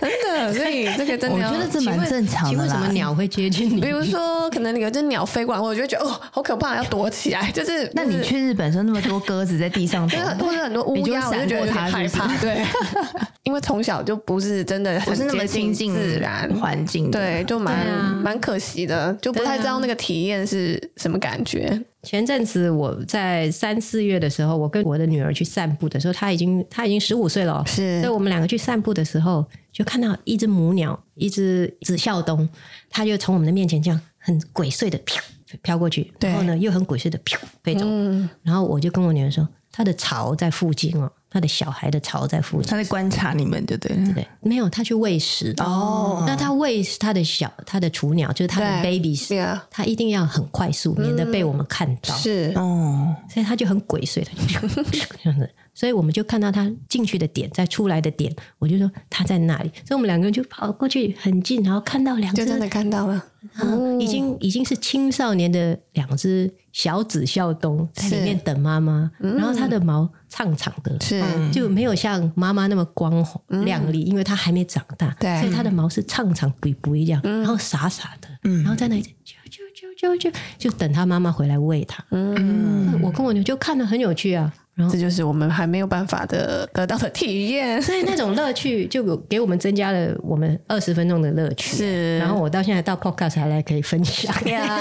B: 真的。所以这个真的
A: 我
B: 要，
A: 觉得这蛮
C: 请问
A: 正常
C: 请
A: 的
C: 问什么
A: 啦。
C: 鸟会接近
B: 比
C: 你？
B: 如说可能有一只鸟飞过来，我就会觉得哦，好可怕，要躲起来。 <laughs> 就是
A: 那你
B: 就是
A: 去日本时候那么多鸽子在地 <laughs> 上走
B: 就，是或者很多乌
A: 你就会
B: 鸦，我就
A: 闪
B: 觉得
A: 过
B: 有点
A: 它
B: 害
A: 是不
B: 怕。 <laughs> 对，因为从小就不是真的
A: 不
B: 很
A: 是那么
B: 接
A: 亲近
B: 近自然。
A: 环境的。
B: 对，就蛮
C: 对啊
B: 蛮可惜的，就不太知道那个体验是什么感觉。
C: 前阵子我在三四月的时候，我跟我的女儿去散步的时候，她已经她已经十五岁了哦，
B: 是
A: 啊
C: 所以我们两个去散步的时候，就看到一只母鸟，一只紫孝东，它就从我们的面前这样很鬼祟的飘飘过去，
B: 对嗯
C: 然后呢又很鬼祟的飘飞走，然后我就跟我女儿说，它的巢在附近哦，它的小孩的巢在附近。
A: 他在观察你们，对不对了？
C: 对，没有，他去喂食
A: 哦
C: 那他喂他的小他的雏鸟，就是他的
B: 对嗯
C: baby，
B: Yeah，
C: 他一定要很快速，免得被我们看到，
B: 是
A: 哦，
C: 所以他就很鬼祟，他就这样子。所以我们就看到他进去的点，再出来的点，我就说他在那里。所以我们两个人就跑过去很近，然后看到两
B: 就
C: 只啊
B: 真的看到了。
C: 已经已经是青少年的两只小紫孝东在里面等妈妈，然后它的毛长长的，
B: 是
C: 嗯就没有像妈妈那么光红亮丽，因为它还没长大，
B: 对
C: 所以它的毛是长长鬼不一样，然后傻傻的，然后在那里啾啾啾啾啾，就等它妈妈回来喂它。嗯，我跟我女儿就看得很有趣啊，然后
B: 这就是我们还没有办法的得到的体验。
C: 所以那种乐趣就有给我们增加了我们二十分钟的乐趣。啊
B: 是啊
C: 然后我到现在到 podcast 还来可以分享。
A: <laughs>
B: <laughs>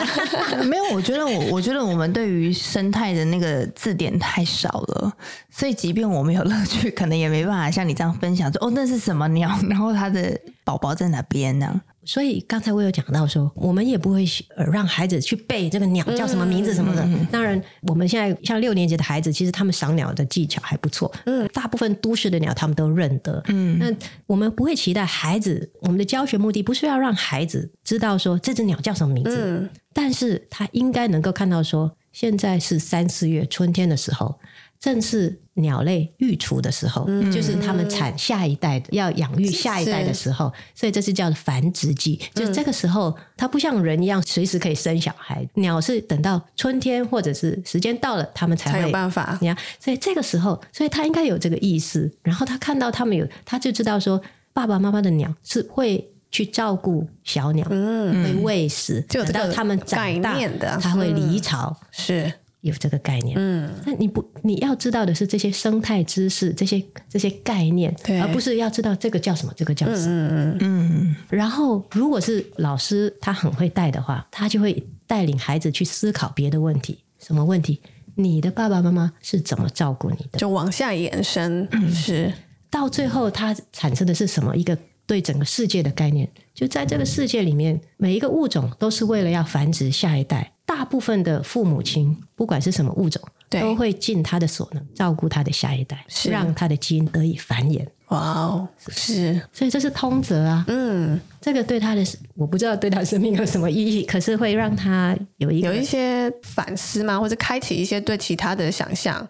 A: 没有，我觉得我我觉得我们对于生态的那个字典太少了，所以即便我们有乐趣，可能也没办法像你这样分享说哦，那是什么鸟， <laughs> 然后它的宝宝在哪边呢、
C: 所以刚才我有讲到说，我们也不会呃让孩子去背这个鸟叫什么名字什么的。当然，我们现在像六年级的孩子，其实他们赏鸟的技巧还不错，嗯，大部分都市的鸟他们都认得，嗯。那我们不会期待孩子，我们的教学目的不是要让孩子知道说这只鸟叫什么名字，
B: 嗯
C: 但是他应该能够看到说，现在是三四月春天的时候。正是鸟类育雏的时候，
B: 嗯
C: 就是他们产下一代的，要养育下一代的时候，所以这是叫繁殖季。
B: 嗯
C: 就是这个时候，它不像人一样随时可以生小孩，鸟是等到春天或者是时间到了，它们 <laughs> 才
B: 才
C: 会
B: 有办法
C: 你看，所以这个时候，所以他应该有这个意识，然后他看到他们有，他就知道说爸爸妈妈的鸟是会。去照顾小鸟，嗯，会喂食，
B: 就有这
C: 等
B: 个
C: 到它们长大
B: 概念啊嗯的
C: 它会离巢，
B: 是
C: 有这个概念。嗯，那你不你要知道的是这些生态知识，这些这些概念，
B: 对
C: 而不是要知道这个叫什么，这个叫什么。
A: 嗯，
C: 然后，如果是老师他很会带的话，他就会带领孩子去思考别的问题，什么问题？你的爸爸妈妈是怎么照顾你的？
B: 就往下延伸，
C: 嗯
B: 是
C: 到最后它产生的是什么一个对整个世界的概念？就在这个世界里面，每一个物种都是为了要繁殖下一代，大部分的父母亲，不管是什么物种，
B: 对
C: 都会尽他的所能照顾他的下一代，
B: 是
C: 让他的基因得以繁衍。
B: 哇哦，是，
C: 所以这是通则啊，
B: 嗯，
C: 这个对他的我不知道对他生命有什么意义，可是会让他有一个
B: 有一些反思嘛，或者开启一些对其他的想象，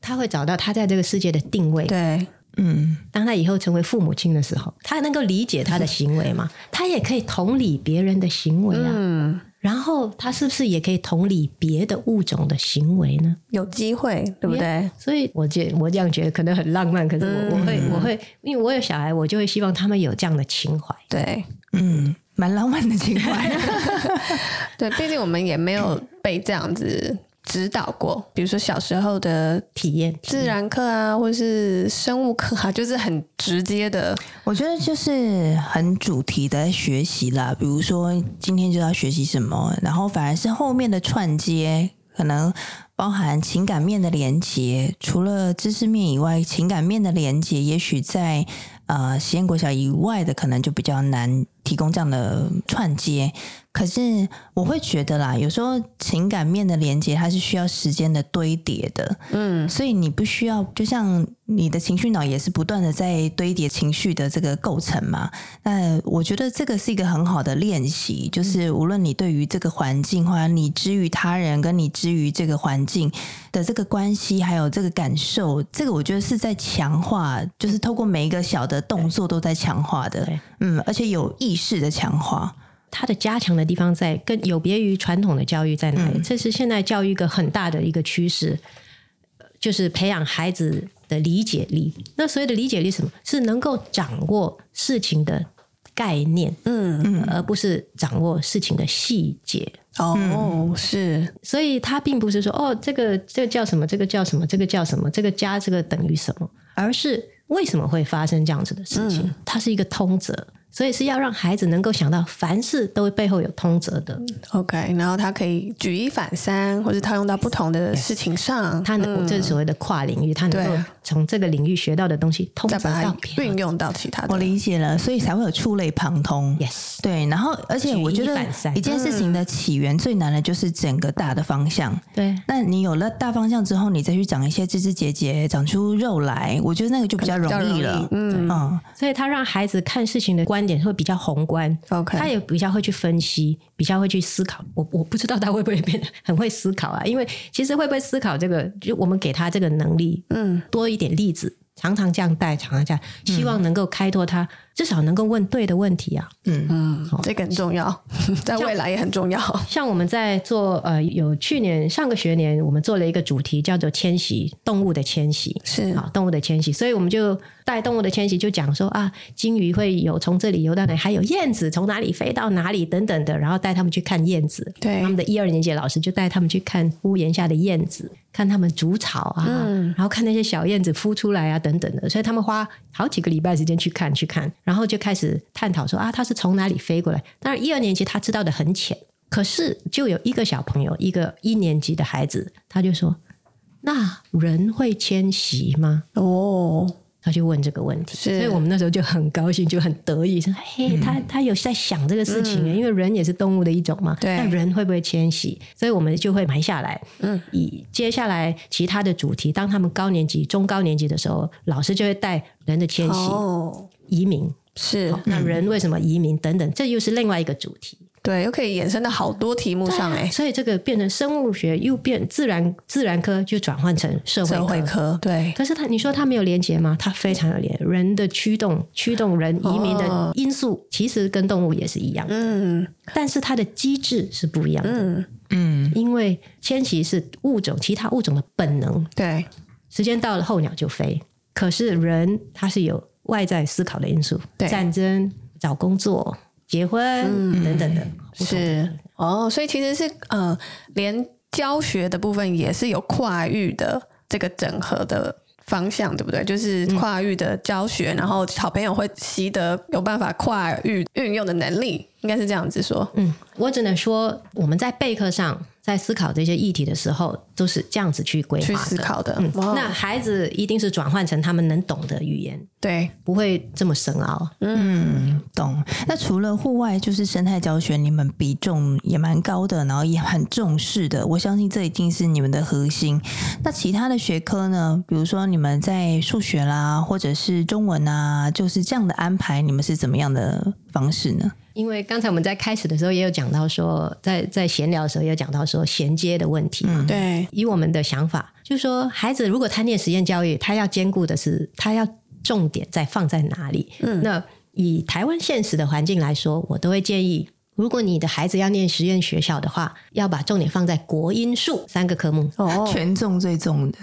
C: 他会找到他在这个世界的定位。
B: 对，
A: 嗯，
C: 当他以后成为父母亲的时候，他能够理解他的行为嘛？他也可以同理别人的行为啊。
B: 嗯，
C: 然后他是不是也可以同理别的物种的行为呢？
B: 有机会，对不对？
C: 所以我觉我这样觉得可能很浪漫，可是我我会我会，因为我有小孩，我就会希望他们有这样的情怀。
B: 对，
A: 嗯，蛮浪漫的情怀。
B: 对，毕竟我们也没有被这样子指导过，比如说小时候的
C: 体验，
B: 自然课啊，或是生物课啊，就是很直接的，
A: 我觉得就是很主题的学习啦，比如说今天就要学习什么，然后反而是后面的串接，可能包含情感面的连接，除了知识面以外，情感面的连接，也许在呃实验国小以外的，可能就比较难提供这样的串接。可是我会觉得啦，有时候情感面的连接，它是需要时间的堆叠的。
B: 嗯
A: 所以你不需要，就像你的情绪脑也是不断的在堆叠情绪的这个构成嘛。那我觉得这个是一个很好的练习，就是无论你对于这个环境，或者你之于他人，跟你之于这个环境的这个关系，还有这个感受，这个我觉得是在强化，就是透过每一个小的动作都在强化的
C: 对，
A: 嗯，而且有意识的强化，
C: 它的加强的地方在更有别于传统的教育在哪里？这是现在教育一个很大的一个趋势，呃就是培养孩子的理解力。那所谓的理解力是什么？是能够掌握事情的概念，
B: 嗯，
C: 而不是掌握事情的细节。
B: 哦，是，
C: 所以它并不是说哦，这个这个叫什么，这个叫什么，这个叫什么，这个加这个等于什么，而是为什么会发生这样子的事情，它是一个通则。所以是要让孩子能够想到，凡事都背后有通则的，
B: OK，然后他可以举一反三，或者套用到不同的事情上，
C: 他能，这是所谓的跨领域，他能
B: 嗯对
C: 够从这个领域学到的东西，通
B: 再
C: 则
B: 把
C: 到
B: 它
C: 别人。
B: 运用到其他
A: 我
B: 的。
A: 理解了，所以才会有触类旁通。
C: Yes，
A: 对，然后而且我觉
C: 举一
A: 得
C: 反三
A: 一嗯件事情的起源最难的就是整个大的方向。
C: 对，
A: 那你有了大方向之后，你再去长一些枝枝节节，长出肉来，我觉得那个就比较容易了
B: 比较容易。嗯
A: 嗯，
C: 所以他让孩子看事情的观点会比较宏观，
B: OK，
C: 他也比较会去分析，比较会去思考。我我不知道他会不会变得很会思考啊，因为其实会不会思考这个，就我们给他这个能力
B: 嗯，
C: 多一点例子，常常这样带，常常这样，希望能够开拓他，至少能够问对的问题啊。
A: 嗯
B: 这个很重要，在未来也很重要。
C: 像我们在做呃，有去年上个学年，我们做了一个主题叫做迁徙，动物的迁徙。
B: 是
C: 好，啊动物的迁徙，所以我们就带动物的迁徙，就讲说啊，鲸鱼会游从这里游到哪里，还有燕子从哪里飞到哪里等等的，然后带他们去看燕子。
B: 对
C: 他们的一二年级老师就带他们去看屋檐下的燕子，看他们筑巢啊，然后看那些小燕子孵出来啊等等的，所以他们花好几个礼拜时间去看去看，然后就开始探讨说啊，它是从哪里飞过来？当然一二年级他知道的很浅，可是就有一个小朋友，一个一年级的孩子，他就说：“那人会迁徙吗？”
B: 哦，
C: 他就问这个问题，所
B: 是嗯
C: 以我们那时候就很高兴，就很得意，说：“嘿，他他有在想这个事情耶，欸因为人也是动物的一种嘛，
B: 对
C: 那人会不会迁徙？”所以我们就会埋下来，
B: 嗯
C: 嗯，以接下来其他的主题，当他们高年级、中高年级的时候，老师就会带人的迁徙、
B: 哦，
C: 移民，
B: 是
C: 好，那人为什么移民等等，这又是另外一个主题。
B: 对，又可以延伸到好多题目
C: 对
B: 上
C: 啊
B: 哎，
C: 所以这个变成生物学，又变自然自然科，就转换成社会
B: 社
C: 科。
B: 会科，对，
C: 可是他，你说他没有连结吗？他非常有连，人的驱动、驱动人移民
B: 哦
C: 的因素，其实跟动物也是一样，
B: 嗯
C: 但是它的机制是不一样的。
B: 嗯，
C: 因为迁徙是物种其他物种的本能，
B: 对，
C: 时间到了候鸟就飞。可是人他是有外在思考的因素，
B: 对嗯
C: 战争、找工作、结婚、等等的，不同
B: 是哦，所以其实是呃，连教学的部分也是有跨域的这个整合的方向，对不对？就是
C: 嗯
B: 跨域的教学，然后小朋友会习得有办法跨域运用的能力，应该是这样子说。
C: 嗯，我只能说我们在备课上，在思考这些议题的时候，都是这样子去规划
B: 去
C: 的
B: 思。考的
C: 嗯，，
B: 哇
C: 那孩子一定是转换成他们能懂的语言，
B: 对
C: 不会这么深奥。
A: 懂。那除了户外，就是生态教学，你们比重也蛮高的，然后也很重视的。我相信这一定是你们的核心。那其他的学科呢？比如说你们在数学啦，或者是中文啊，就是这样的安排，你们是怎么样的方式呢？
C: 因为刚才我们在开始的时候也有讲到说，在在闲聊的时候也有讲到说衔接的问
B: 嗯
C: 题嘛。
B: 对，
C: 以我们的想法，就是说，孩子如果他念实验教育，他要兼顾的是他要重点在放在哪里。嗯，那以台湾现实的环境来说，我都会建议，如果你的孩子要念实验学校的话，要把重点放在国英数三个科目。
B: 哦，
A: 权重最重的，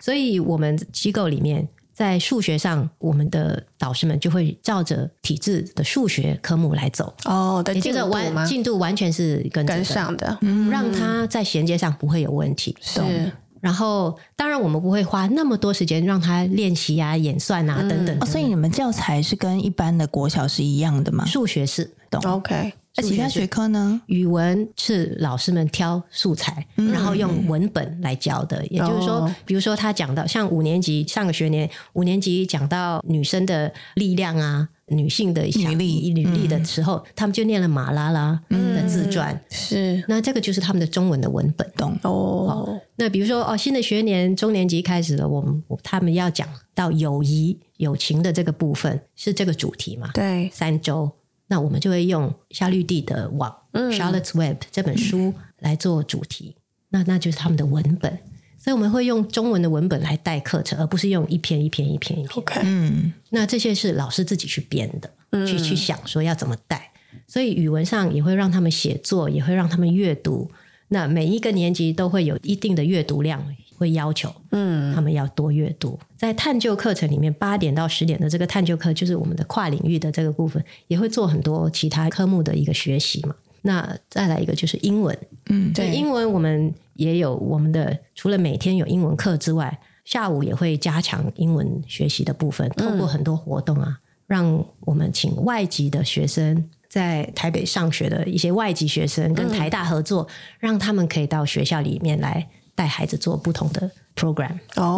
C: 所以我们机构里面。在数学上，我们的导师们就会照着体制的数学科目来走，
B: 哦，
A: 呃
B: 对，
C: 也就是
B: 进度吗
C: 完进度完全是跟着
B: 跟
C: 的，嗯
B: 上的，
A: 嗯
C: 让他在衔接上不会有问题。是
B: 是
C: 然后，当然我们不会花那么多时间让他练习啊、演算啊等等
A: 哦。所以你们教材是跟一般的国小是一样的吗？
C: 数学是
B: OK，
A: 那其他学科呢？
C: 语文是老师们挑素材，
A: 嗯
C: 然后用文本来教的。也就是说
B: 哦，
C: 比如说他讲到像五年级上个学年，五年级讲到女生的力量啊、女性的想
A: 女力嗯
C: 女力的时候，他们就念了马拉拉的嗯自传。
B: 嗯是
C: 那这个就是他们的中文的文本。
A: 懂
B: 哦，
C: 那比如说哦，新的学年中年级开始了，我们他们要讲到友谊、友情的这个部分是这个主题嘛？
B: 对，
C: 三周，那我们就会用夏绿蒂的网《Charlotte's Web》这本书来做主题，那那就是他们的文本。所以我们会用中文的文本来带课程，而不是用一篇一篇一篇一篇。
B: OK，
A: 嗯，
C: 那这些是老师自己去编的，去去想说要怎么带。所以语文上也会让他们写作，也会让他们阅读。那每一个年级都会有一定的阅读量，会要求，嗯，他们要多阅读。在探究课程里面，八点到十点的这个探究课，就是我们的跨领域的这个部分，也会做很多其他科目的一个学习嘛。那再来一个就是英文，
A: 嗯
C: 对，
B: 对，
C: 英文我们也有我们的，除了每天有英文课之外，下午也会加强英文学习的部分，通过很多活动啊，让我们请外籍的学生。在台北上学的一些外籍学生跟台大合作，让他们可以到学校里面来带孩子做不同的 program。
B: 哦，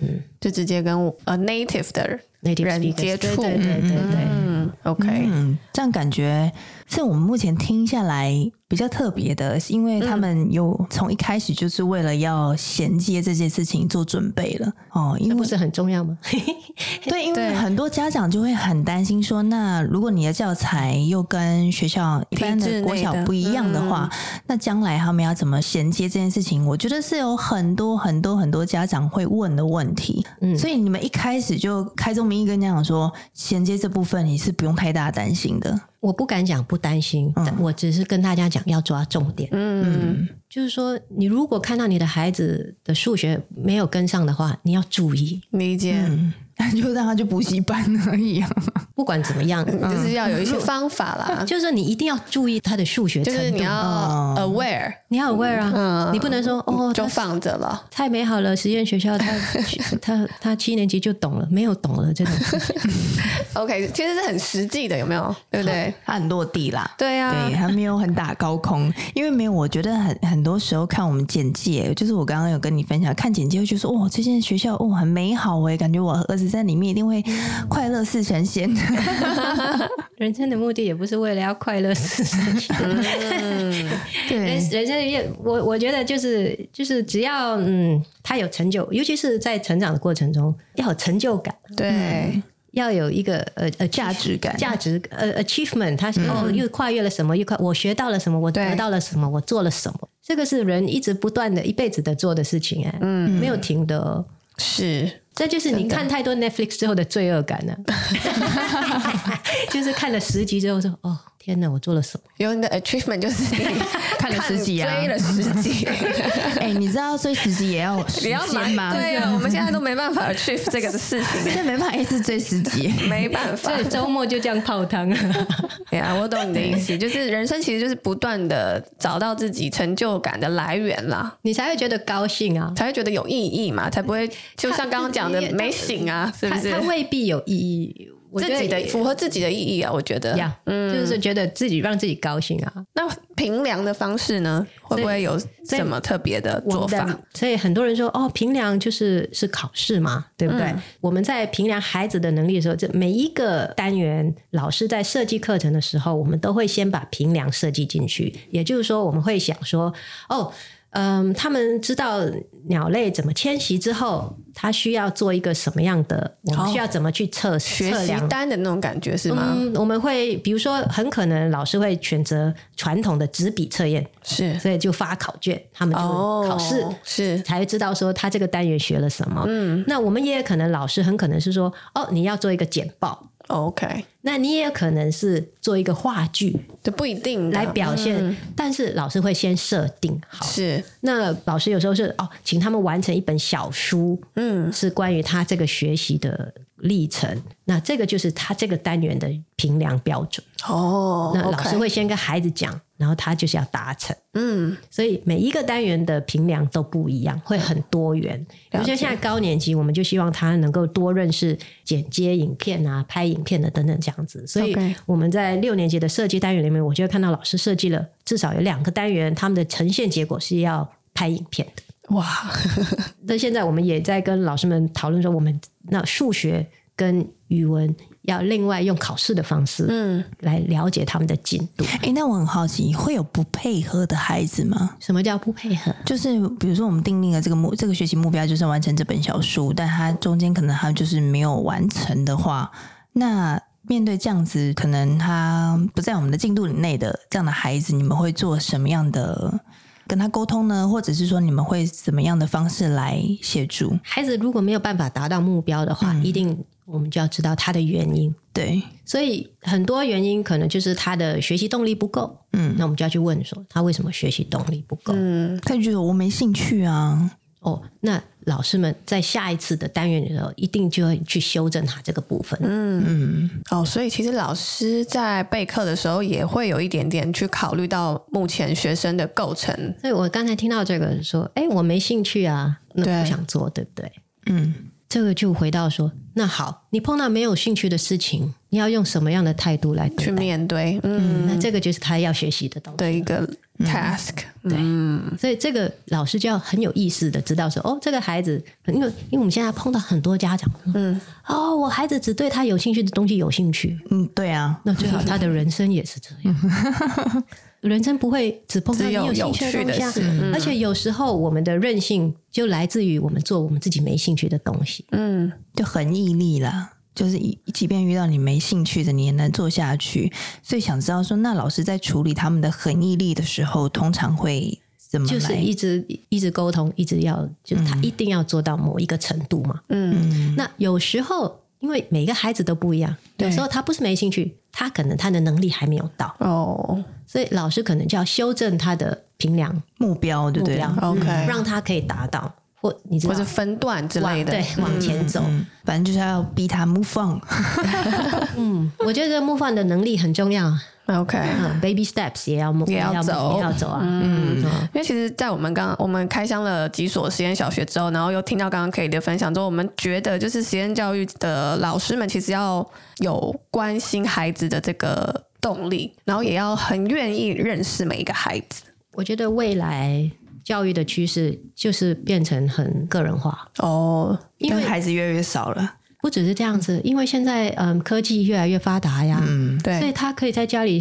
C: 嗯
B: 就直接跟呃 native 的人
C: native
B: 人
C: speakers
B: 接触，
C: 对对对对对，
B: 嗯，OK，
A: 嗯，这样感觉是我们目前听下来比较特别的，是因为
C: 嗯
A: 他们有从一开始就是为了要衔接这件事情做准备了哦，因
C: 那不
A: 为
C: 是很重要吗？
A: 对，因为
B: 对
A: 很多家长就会很担心说，那如果你的教材又跟学校一般
B: 体制
A: 的
B: 内
A: 国小
B: 的
A: 不一样的话，那将来他们要怎么衔接这件事情？我觉得是有很多很多很多家长会问的问题。
C: <laughs>
A: 嗯，所以你们一开始就开宗明义跟家长说，衔接这部分你是不用太大担心的。
C: 我不敢讲不担心，但我只是跟大家讲要抓重点。
B: 嗯，
C: 就是说，你如果看到你的孩子的数学没有跟上的话，你要注意。
B: 理解，
A: 嗯 <laughs> 就让他去补习班而已啊。
C: 不管怎么样，
B: 就是要有一些方法啦，
A: 嗯
C: 就是说你一定要注意他的数学
B: 就
C: 程度。
B: 是你要
A: 嗯
B: 嗯 aware，
A: 哦
C: 你要 aware 啊，你不能说哦，
B: 就
C: 他
B: 放着了，
C: 太美好了，实验学校他
B: <laughs>
C: 他他七年级就懂了，没有懂了这种事 <laughs> 情。
B: OK，其实是很实际的，有没有？对不对？
A: 他很落地啦。
B: 对啊
A: 嗯
B: <laughs>
A: 对，，他没有很打高空，因为没有。我觉得很很多时候看我们简介，就是我刚刚有跟你分享，看简介会觉得说，哇，这间学校哦很美好哎，感觉我儿子在里面一定会快乐似神仙。
C: 人生的目的也不是为了要快乐
B: <laughs>
C: 死， <laughs> 人
A: 对，
C: 人生也我我觉得就是就是只要嗯他有成就，尤其是在成长的过程中要有成就感。
A: 嗯
B: 对，
C: 要有一个呃呃价
A: 值感
C: 价值呃 achievement，他是、哦又跨越了什么，又跨我学到了什么，我
B: 对
C: 得到了什么，我做了什么，这个是人一直不断的一辈子的做的事情哎、嗯，没有停的哦、
B: 是，
C: 这就是你看太多 Netflix 之后的罪恶感呢、啊， <laughs> 就是看了十集之后说哦天哪，我做了什么？
B: 有你的 achievement 就是你
A: <laughs> 看了十集啊
B: 追了十集，
A: 哎，你知道追十集也要 <laughs> 时
B: 你要
A: 间吗？
B: <laughs> 对啊，我们现在都没
A: <laughs>
B: 办法 achieve 这个事情，
A: 这没办法一次追十集。
B: 没
A: <laughs>
B: 办法
C: 所。以周末就这样泡汤啊。
B: 对啊，我懂你的意思，就是人生其实就是不断的找到自己成就感的来源啦，
C: <laughs> 你才会觉得高兴啊！
B: 才会觉
C: 嗯
B: 得有意义嘛，才不会就像刚刚讲的没醒啊，是不
C: 它
B: 是
C: 它？未必有意义。我觉
B: 自
C: 得
B: 己的符合自己的意义啊，我觉得。
C: 呀，就是觉得自己让自己高兴啊。
B: 那评量的方式呢，会不会有什么特别的
C: 我
B: 做
C: 们
B: 法
C: 的？所以很多人说哦，评量就是是考试嘛，对不对？
B: 嗯
C: 我们在评量孩子的能力的时候，这每一个单元老师在设计课程的时候，我们都会先把评量设计进去。也就是说，我们会想说哦。嗯，他们知道鸟类怎么迁徙之后，它需要做一个什么样的？我们需要怎么去测、
B: 哦学
C: 测
B: 习
C: 量
B: 单的那种感觉是吗？
C: 嗯，我们会比如说，很可能老师会选择传统的纸笔测验，
B: 是
C: 所以就发考卷，他们就
B: 哦，
C: 考试。
B: 是
C: 才会知道说他这个单元学了什么。嗯，那我们也可能老师很可能是说，哦，你要做一个简报，
B: OK，
C: 那你也可能是做一个话剧
B: 这不一定的
C: 来表现，
B: 嗯
C: 但是老师会先设定好。
B: 是
C: 那老师有时候是哦，请他们完成一本小书，
B: 嗯，
C: 是关于他这个学习的历程。那这个就是他这个单元的评量标准。
B: 哦
C: 那老师
B: OK，
C: 会先跟孩子讲，然后他就是要达成。
B: 嗯，
C: 所以每一个单元的评量都不一样，会很多元。比如说现在高年级，我们就希望他能够多认识剪接影片啊、拍影片的等等这样子。所以
B: OK
C: 我们在六年级的设计单元里面，我就会看到老师设计了至少有两个单元，他们的呈现结果是要拍影片的。
B: 哇，
C: 那现在我们也在跟老师们讨论说，我们那数学跟语文要另外用考试的方式
B: 嗯，
C: 来了解他们的进度。
A: 哎，那我很好奇，会有不配合的孩子吗？
C: 什么叫不配合？
A: 就是比如说，我们定定了这个目，这个学习目标就是完成这本小书，但他中间可能他就是没有完成的话，那面对这样子可能他不在我们的进度以内的这样的孩子，你们会做什么样的跟他沟通呢？或者是说你们会怎么样的方式来协助？
C: 孩子如果没有办法达到目标的
B: 嗯
C: 话，一定我们就要知道他的原因。
A: 对，
C: 所以很多原因可能就是他的学习动力不够，
A: 嗯
C: 那我们就要去问说他为什么学习动力不够。
B: 嗯，
A: 他就觉得我没兴趣啊，
C: 哦，那老师们在下一次的单元里头，一定就会去修正他这个部分。
B: 嗯哦，所以其实老师在备课的时候也会有一点点去考虑到目前学生的构成，
C: 所以我刚才听到这个说，哎，我没兴趣啊，那
B: 对
C: 不想做，对不对？
A: 嗯，
C: 这个就回到说，那好，你碰到没有兴趣的事情，你要用什么样的态度来
B: 去
C: 对待？
B: 面对，嗯，
C: 那这个就是他要学习的东西。
B: 的一个 task，
C: 所以这个老师就要很有意识的知道说，哦，这个孩子，因为因为我们现在碰到很多家长，嗯，哦，我孩子只对他有兴趣的东西有兴趣，
A: 嗯，对啊，
C: 那最好他的人生也是这样。
B: <laughs>
C: 人生不会只碰到你有兴趣东西、啊
B: 只有有趣的，
C: 而且有时候我们的任性就来自于我们做我们自己没兴趣的东西。
B: 嗯，
A: 就很毅力啦。就是以即便遇到你没兴趣的，你也能做下去。所以想知道说，那老师在处理他们的很毅力的时候，通常会怎么来？
C: 就是一直一直沟通，一直要，就是他一定要做到某一个程度嘛。
B: 嗯，
C: 那有时候因为每个孩子都不一样，
B: 对
C: 有时候他不是没兴趣，他可能他的能力还没有到，
B: 哦
C: 所以老师可能就要修正他的评量
A: 目标，对
C: 目
A: 不对？
C: 标哦
B: ，OK，
C: 让他可以达到，或你知道
B: 哎或者分段之类
C: 往
B: 的，
C: 对往前走。
A: 嗯，反正就是要逼他 move on。
B: 嗯
C: 我觉得木范的能力很重要啊、
B: ，OK，
C: 嗯、，baby steps 也要
B: 也要
C: 要
B: 走
C: 也要走啊。嗯，嗯
B: 因为其实，在我们刚我们开箱了几所实验小学之后，然后又听到刚刚 K 的分享之后，我们觉得就是实验教育的老师们其实要有关心孩子的这个动力，然后也要很愿意认识每一个孩子。
C: 我觉得未来教育的趋势就是变成很个人化，
B: 哦，
C: 因
A: 但
C: 为
A: 孩子越来越少了，
C: 不只是这样子，因为现在嗯科技越来越发达呀。
A: 嗯，
C: 所以
B: 对，
C: 他可以在家里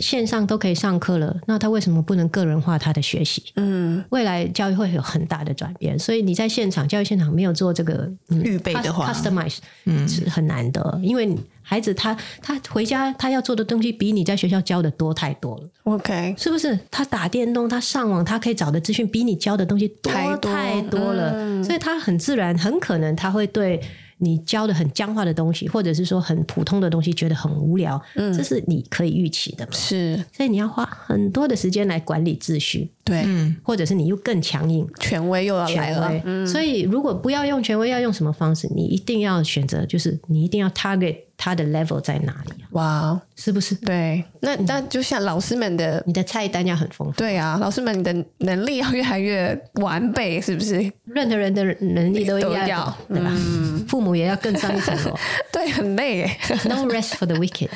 C: 线上都可以上课了，那他为什么不能个人化他的学习？
B: 嗯，
C: 未来教育会有很大的转变，所以你在现场教育现场没有做这个、嗯、
A: 预备的话
C: cust- customize，嗯是很难的，因为你孩子他他回家他要做的东西比你在学校教的多太多了，
B: ，OK，
C: 是不是？他打电动，他上网，他可以找的资讯比你教的东西多
B: 太多嗯
C: 太多了，所以他很自然，很可能他会对。你教的很僵化的东西，或者是说很普通的东西，觉得很无聊，嗯、这是你可以预期的嘛？
B: 是
C: 所以你要花很多的时间来管理秩序，
B: 对、
A: 嗯
C: 或者是你又更强硬，
B: 权威又要来
C: 权
B: 了嗯
C: 威。。所以如果不要用权威，要用什么方式？你一定要选择，就是你一定要 target 他的 level 在哪里啊。
B: 哇，
C: 是不是？
B: 对，那那就像老师们的。
C: 你的菜单要很丰富，
B: 对啊，老师们，你的能力要越来越完备，是不是？
C: 任何人的能力都
B: 都嗯
C: 要
B: 要
C: 有，对吧？ <laughs> 父母也要更上一层
B: <laughs>
C: 楼
B: 对，很累耶，
C: ，No rest for the wicked，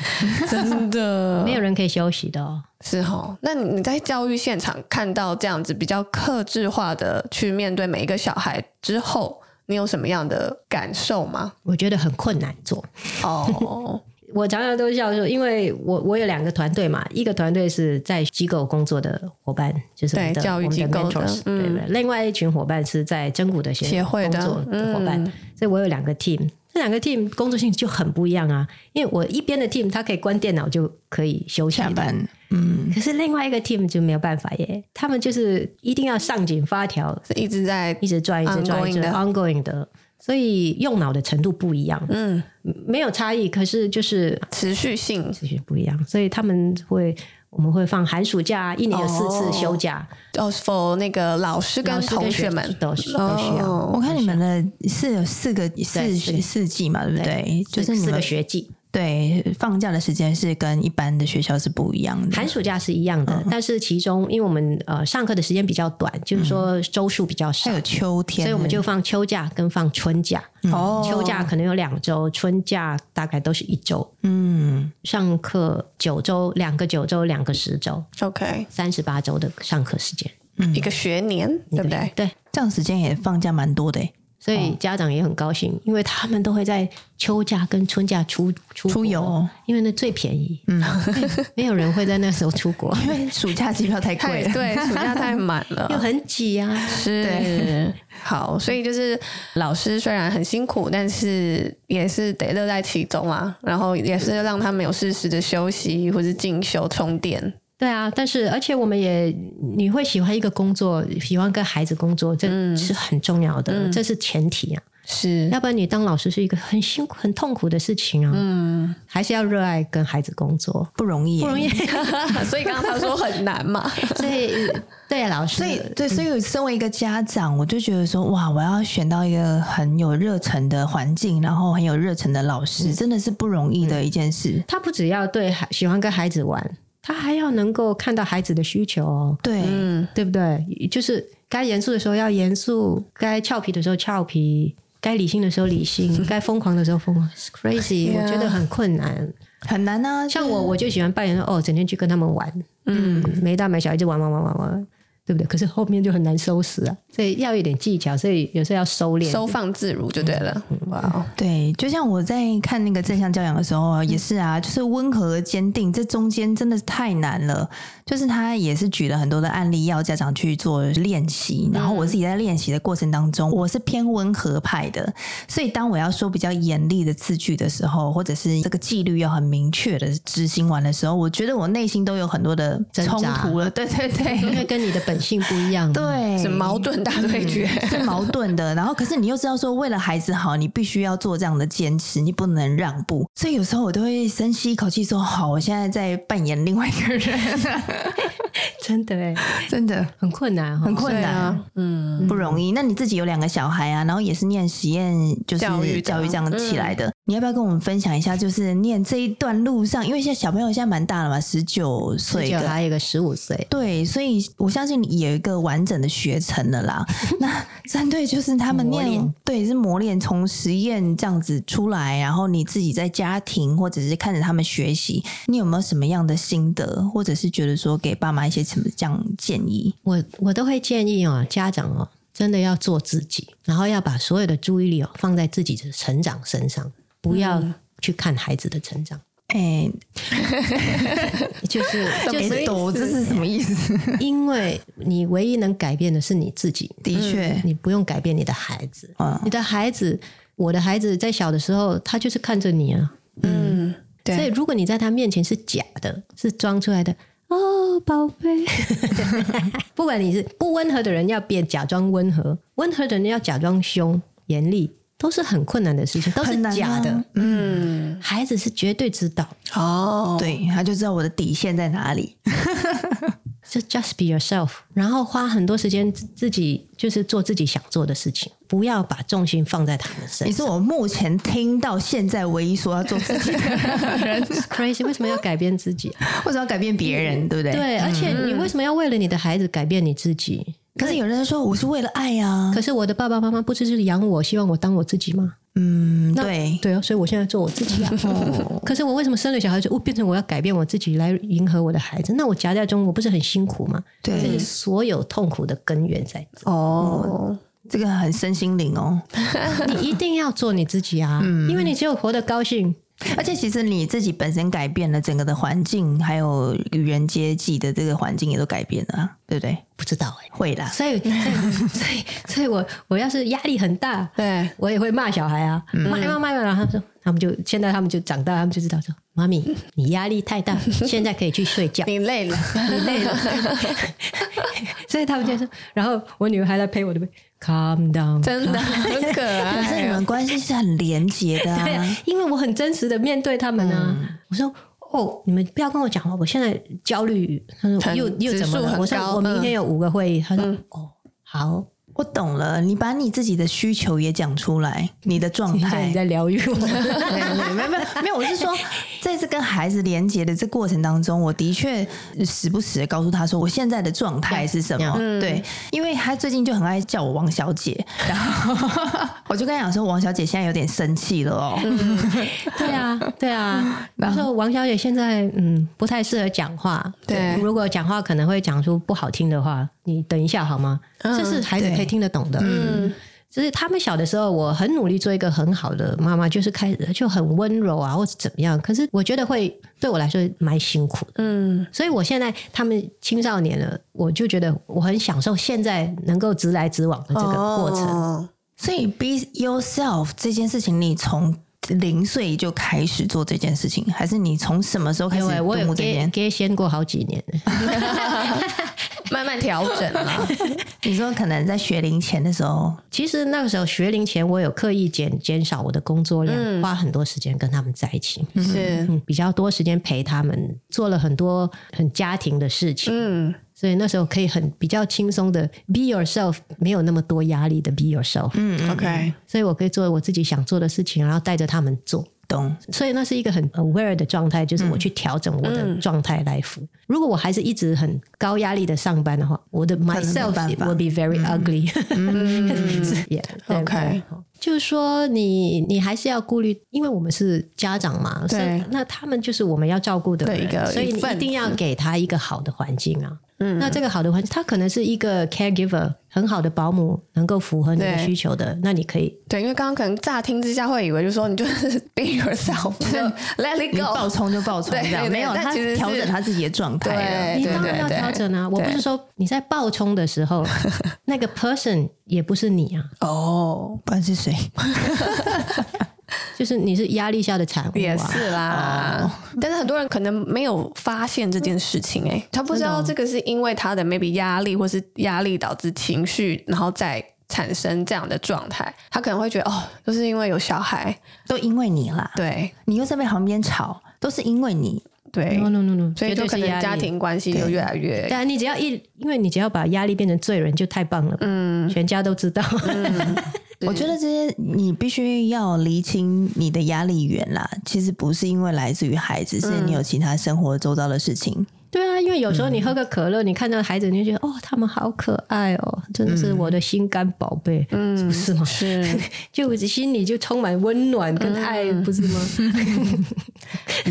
B: 真
C: <laughs>
B: 的
C: 没有人可以休息的哦。
B: 是哦。那你你在教育现场看到这样子比较克制化的去面对每一个小孩之后，你有什么样的感受
C: <laughs>
B: 吗？
C: 我觉得很困难做。
B: 哦，
C: 我常常都笑说，因为我我有两个团队嘛，一个团队是在机构工作的伙伴，就是我们的
B: 对教育机构的
C: 我们 mentors，
B: 嗯
C: 对对另外一群伙伴是在真骨的协
B: 协会的
C: 工作的伙伴，
B: 嗯
C: 所以我有两个 team。这两个 team 工作性就很不一样啊，因为我一边的 team 他可以关电脑就可以休息
A: 下
C: 的，
A: 班，嗯，
C: 可是另外一个 team 就没有办法耶，他们就是一定要上紧发条，
B: 是一直在
C: 一直转，一直转，一直 ongoing 的，所以用脑的程度不一样，
B: 嗯
C: 没有差异，可是就是
B: 持续性
C: 这些不一样，所以他们会我们会放寒暑假，一年有四次休假，
B: 哦，for 那个老师
A: 哦
B: 跟
C: 老师跟
B: 同学
C: 学
B: 们哦
C: 都都需要
A: 我看你们的是有四个四
C: 四个
A: 四季嘛，对不对？就是你
C: 四
A: 们
C: 个学季，
A: 对放假的时间是跟一般的学校是不一样的
C: 寒，暑假是一样
A: 嗯
C: 的，但是其中因为我们呃上课的时间比较短，就是说周数比较
A: 嗯
C: 少
A: 还，有秋天，
C: 所以我们就放秋假跟放春假，
B: 哦
C: 秋嗯假可能有两周，春假大概都是一周，
A: 嗯，
C: 上课九周，两个九周，两个十周，
B: OK
C: 三十八周的上课时间，
B: 一个学年，对
C: 一个
B: 不对？
C: 对。
A: 这样时间也放假蛮多的欸，
C: 所以家长也很高兴，因为他们都会在秋假跟春假出出国
A: 出游，
C: 因为那最便宜。嗯， <laughs> 没有人会在那时候出国，
A: 因为暑假机票太贵
B: <laughs>
A: 了，
B: 太哎对，暑假太满
C: 又
B: 了。
C: 很挤啊。
B: 是好，所以就是老师虽然很辛苦，但是也是得乐在其中啊。然后也是让他们有适时的休息或是进修充电。
C: 对啊，但是而且我们也，你会喜欢一个工作，喜欢跟孩子工作，这是很重要的，这是前提啊。
B: 是
C: 要不然你当老师是一个很辛苦、很痛苦的事情啊。嗯，还是要热爱跟孩子工作，
A: <laughs> 不容易，
C: 不容易。。
B: <laughs> 所以刚刚他说很难 <laughs> 嘛，
C: 所以对老师，
A: 所以，对，所以我身为一个家长，我就觉得说，哇，我要选到一个很有热忱的环境，然后很有热忱的老师，真的是不容易的一件事。
C: 他不只要对孩喜欢跟孩子玩，他还要能够看到孩子的需求哦，
A: 对，
B: 嗯，
C: 对不对？就是该严肃的时候要严肃，该俏皮的时候俏皮，该理性的时候理性，该疯狂的时候疯狂。It's crazy，、
B: Yeah
C: 我觉得很困难。
A: 很难啊。
C: 像我，我就喜欢扮演哦，整天去跟他们玩，嗯，没大没小，一直玩玩玩玩玩。对不对？可是后面就很难收拾啊，所以要有点技巧，所以有时候要收敛。
B: 收放自如就对了。哇哦，
A: 对，就像我在看那个正向教养的时候啊，也是啊，就是温和而坚定，这中间真的是太难了。就是他也是举了很多的案例，要家长去做练习。然后我自己在练习的过程当中，我是偏温和派的，所以当我要说比较严厉的字句的时候，或者是这个纪律要很明确的执行完的时候，我觉得我内心都有很多的
C: 挣
A: 冲
C: 扎
A: 突了。 <laughs> 对对
C: 因
A: 对。
C: <laughs> 为跟你的本性不一样。
A: <laughs> 对，
B: 是矛盾大 <laughs> 对决。
A: 嗯是矛盾的。然后，可是你又知道说，为了孩子好，你必须要做这样的坚持，你不能让步。所以有时候我都会深吸一口气，说：“好，我现在在扮演另外一个人。
C: 真的哎，”
A: 真的
C: 很困难哦哈、
A: 很困
B: 对
A: 难，
B: 啊，
A: <laughs>
B: 嗯，
A: 不容易。那你自己有两个小孩啊，然后也是念实验，就是
B: 教育的嗯
A: 教育这样起来的。你要不要跟我们分享一下，就是念这一段路上，因为现在小朋友现在蛮大了嘛，十九岁
C: 就
A: 的，
C: 还有一个十五岁，
A: 对，所以我相信你有一个完整的学程了 <laughs> 啦。那针对就是他们
C: 磨
A: 念
C: 练，
A: 对，是磨练从实验这样子出来，然后你自己在家庭或者是看着他们学习，你有没有什么样的心得，或者是觉得说给爸妈一些什么这样建议？
C: 我我都会建议哦，家长哦，真的要做自己，然后要把所有的注意力哦放在自己的成长身上，不要去看孩子的成长，
A: 哎、
C: 就是就
A: 给
C: 是
A: 抖这是什么意思？
C: 因为你唯一能改变的是你自己，
A: <laughs> 的确，
C: 你不用改变你的孩子，
A: 嗯
C: 你的孩子，我的孩子在小的时候，他就是看着你啊，
B: 嗯，对
C: 所以如果你在他面前是假的，是装出来的。哦，宝贝， <laughs> 不管你是不温和的人，要变假装温和；温和的人要假装凶、严厉，都是很困难的事情，都是
A: 很难啊
C: 假的。
B: 嗯，
C: 孩子是绝对知道，
B: 哦，
A: 对，他就知道我的底线在哪里。
C: 就 just be yourself，然后花很多时间自自己就是做自己想做的事情，不要把重心放在他们身
A: 你
C: 上。
A: 是
C: <laughs>
A: 我目前听到现在唯一说要做 <laughs> 自己的人，
C: crazy，为什么要改变自己啊、
A: 或者要改变别人，对不对？。
C: 对，而且你为什么要为了你的孩子改变你自己？
A: 可是有人说我是为了爱啊，
C: 可是我的爸爸妈妈不就是养我，希望我当我自己吗？
A: 嗯，
C: 那 <laughs>
A: 对，
C: 对啊，所以我现在做我自己啊。
A: 嗯
C: 可是我为什么生了小孩就哦变成我要改变我自己来迎合我的孩子？那我夹在中，我不是很辛苦吗？
A: 对
C: 这是所有痛苦的根源在
B: <laughs>
C: 这。
B: 哦，
A: 这个很身心灵哦。
C: 你一定要做你自己啊，因为你只有活得高兴，
A: 而且其实你自己本身改变了整个的环境，还有与人接济的这个环境也都改变了啊，对不对？
C: 不知道哎、
A: 会啦，
C: 所以，所以，所以，所以我我要是压力很大，
B: 对，
C: 我也会骂小孩啊，
B: 嗯
C: 骂一骂骂一骂，然后他说，他们就现在他们就长大，他们就知道说，妈咪，你压力
B: <laughs>
C: 太大，现在可以去睡觉，
B: 你累 <laughs> 了，
C: 你累了。 <laughs> 所以他们就说，然后我女儿还来陪我的，calm down，
B: 真的很可
A: 可是你
B: 爱哦。
A: 们关系是很廉洁的
C: 对
A: 啊
C: <laughs> 啊。， <laughs> 因为我很真实的面对他们啊。
B: 嗯
C: 我说哦，你们不要跟我讲话，我现在焦虑。他说
B: 很
C: 又又怎
B: 指数
C: 么了？
B: 很
C: 我说
B: 高
C: 我明天
B: 嗯
C: 有五个会议。他说、哦，好，
A: 我懂了，你把你自己的需求也讲出来，你的状
C: 现在
A: 态
C: <laughs> 你。在疗愈
B: <laughs>
C: 我。
A: 对对没有没有没有，我是说，在这跟孩子连接的这过程当中，我的确时不时的告诉他说，我现在的状态是什么。
B: 嗯
A: 对，因为他最近就很爱叫我王小姐，然后我就跟他讲说，王小姐现在有点生气了哦。
B: 嗯
C: 对啊，
B: <laughs>
C: 对啊。我说王小姐现在嗯不太适合讲话，
B: 对
C: 如果讲话可能会讲出不好听的话，你等一下好吗？
B: 嗯
C: 这是孩子可以听得懂的。嗯。就是他们小的时候，我很努力做一个很好的妈妈，就是开始就很温柔啊，或者怎么样。可是我觉得会对我来说蛮辛苦的。
B: 嗯，
C: 所以我现在他们青少年了，我就觉得我很享受现在能够直来直往的这个过程。
B: 哦
A: 所以 be yourself 这件事情，你从零岁就开始做这件事情，还是你从什么时候开始
C: 因
B: 欸
C: 为我
A: 读
C: 有
A: 母这
C: gay
A: 件？
C: gay 先过好几年，
B: 慢慢调整嘛。
A: 你说可能在学龄前的时
B: <laughs>
A: 候，
C: 其实那个时候学龄前，我有刻意减减少我的工作量，
B: 嗯
C: 花很多时间跟他们在一起，
B: 是，
C: 嗯，比较多时间陪他们，做了很多很家庭的事情，
B: 嗯，
C: 所以那时候可以很比较轻松的 be yourself，没有那么多压力的 be yourself，
B: 嗯，OK，
C: 所以我可以做我自己想做的事情，然后带着他们做。
A: 懂？
C: 所以那是一个很 aware 的状态，
B: 嗯
C: 就是我去调整我的状态来服。如果我还是一直很高压力的上班的话，我的
A: 能没
C: myself
A: 办
C: it
A: 法
C: will be very ugly。是 <laughs> yeah，对
B: 嗯 OK
C: 就是说你你还是要顾虑，因为我们是家长嘛，
B: 对
C: 所以那他们就是我们要照顾的
B: 对
C: 人
B: 一个
C: 所以你
B: 一份
C: 一
B: 子
C: 定要给他一个好的环境啊。嗯，那这个好的环境，他可能是一个 caregiver 很好的保姆，能够符合你的
B: 对
C: 需求的，那你可以
B: 对，因为刚刚可能乍听之下会以为，就是说 <laughs> 你就是 be yourself，就
C: <laughs>
B: let it
A: 你爆
B: go，
A: 冲就爆冲，
B: 对
A: 这样
B: 对
A: 没有
B: 但
A: 他
B: 其实是
A: 调整他自己的状态了。
B: 哎对
C: 你
B: 对
C: 当然要
B: 对对
C: 调整啊！我不是说你在爆冲的
B: <laughs>
C: 时候，那个 person 也不是你啊，
B: 哦，
A: 不管是谁，
C: 就是你是压力下的产物啊。
B: 也是
C: 哦
B: 啦，但是很多人可能没有发现这件事情、欸，他不知道这个是因为他的 maybe 压力或是压力导致情绪，然后再产生这样的状态，他可能会觉得哦，就是因为有小孩，
A: <laughs> 都因为你啦，
B: 对
A: 你又在被旁边吵，都是因为你。
B: 对
C: No no no no，
B: 所以
C: 绝
B: 就
C: 对
B: 可
C: 是
B: 能
C: 压力
B: 家。庭关系就越来越
C: 但你只要一，因为你只要把压力变成罪人，就太棒了。嗯，全家都知道。
B: 嗯
A: 我觉得这些你必须要厘清你的压力源啦，其实不是因为来自于孩子，是你有其他生活周遭的事情。
C: <laughs> 对啊，因为有时候你喝个可乐，你看到孩子，你就觉得哦，他们好可爱哦，真的是
B: 嗯
C: 我的心肝宝贝，嗯，是不是吗？
B: 是
C: <laughs> 就心里就充满温暖跟
B: 嗯
C: 爱，不是吗？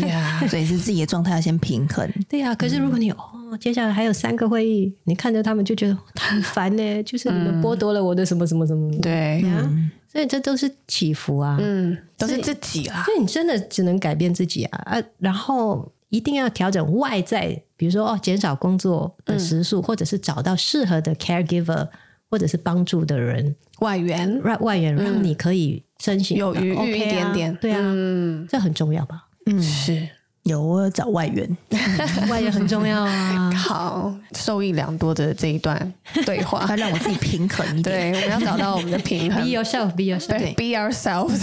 B: 呀，
A: <laughs> 所以是自己的状态要先平衡。
C: 对呀、可是
B: 嗯
C: 如果你、哦，接下来还有三个会议，你看着他们就觉得很烦呢、 <laughs> 就是你
B: 嗯
C: 们剥夺了我的什么什么什么， <laughs>
B: 对，
C: 啊，所以这都是起伏啊。
B: 嗯，都是自己啦，
C: 所以你真的只能改变自己啊啊，然后一定要调整外在，比如说哦，减少工作
B: 嗯
C: 的时数，或者是找到适合的 caregiver 或者是帮助的人，
B: 外援
C: 外外援，让你可以身心
B: 嗯有余裕
C: OK
B: 一
C: 啊
B: 点点，
C: 对啊，
B: 嗯，
C: 这很重要吧？ <laughs>
B: 是。。
A: 有我有找外援，
C: 外援很重要啊
B: <laughs> 好，受益良多的这一段对话
A: 要，让我自己平衡一点。
B: <laughs> 对，我们要找到我们的平 <laughs>
C: Be
B: 衡。
C: yourself, be yourself。
B: <laughs> 对，be ourselves。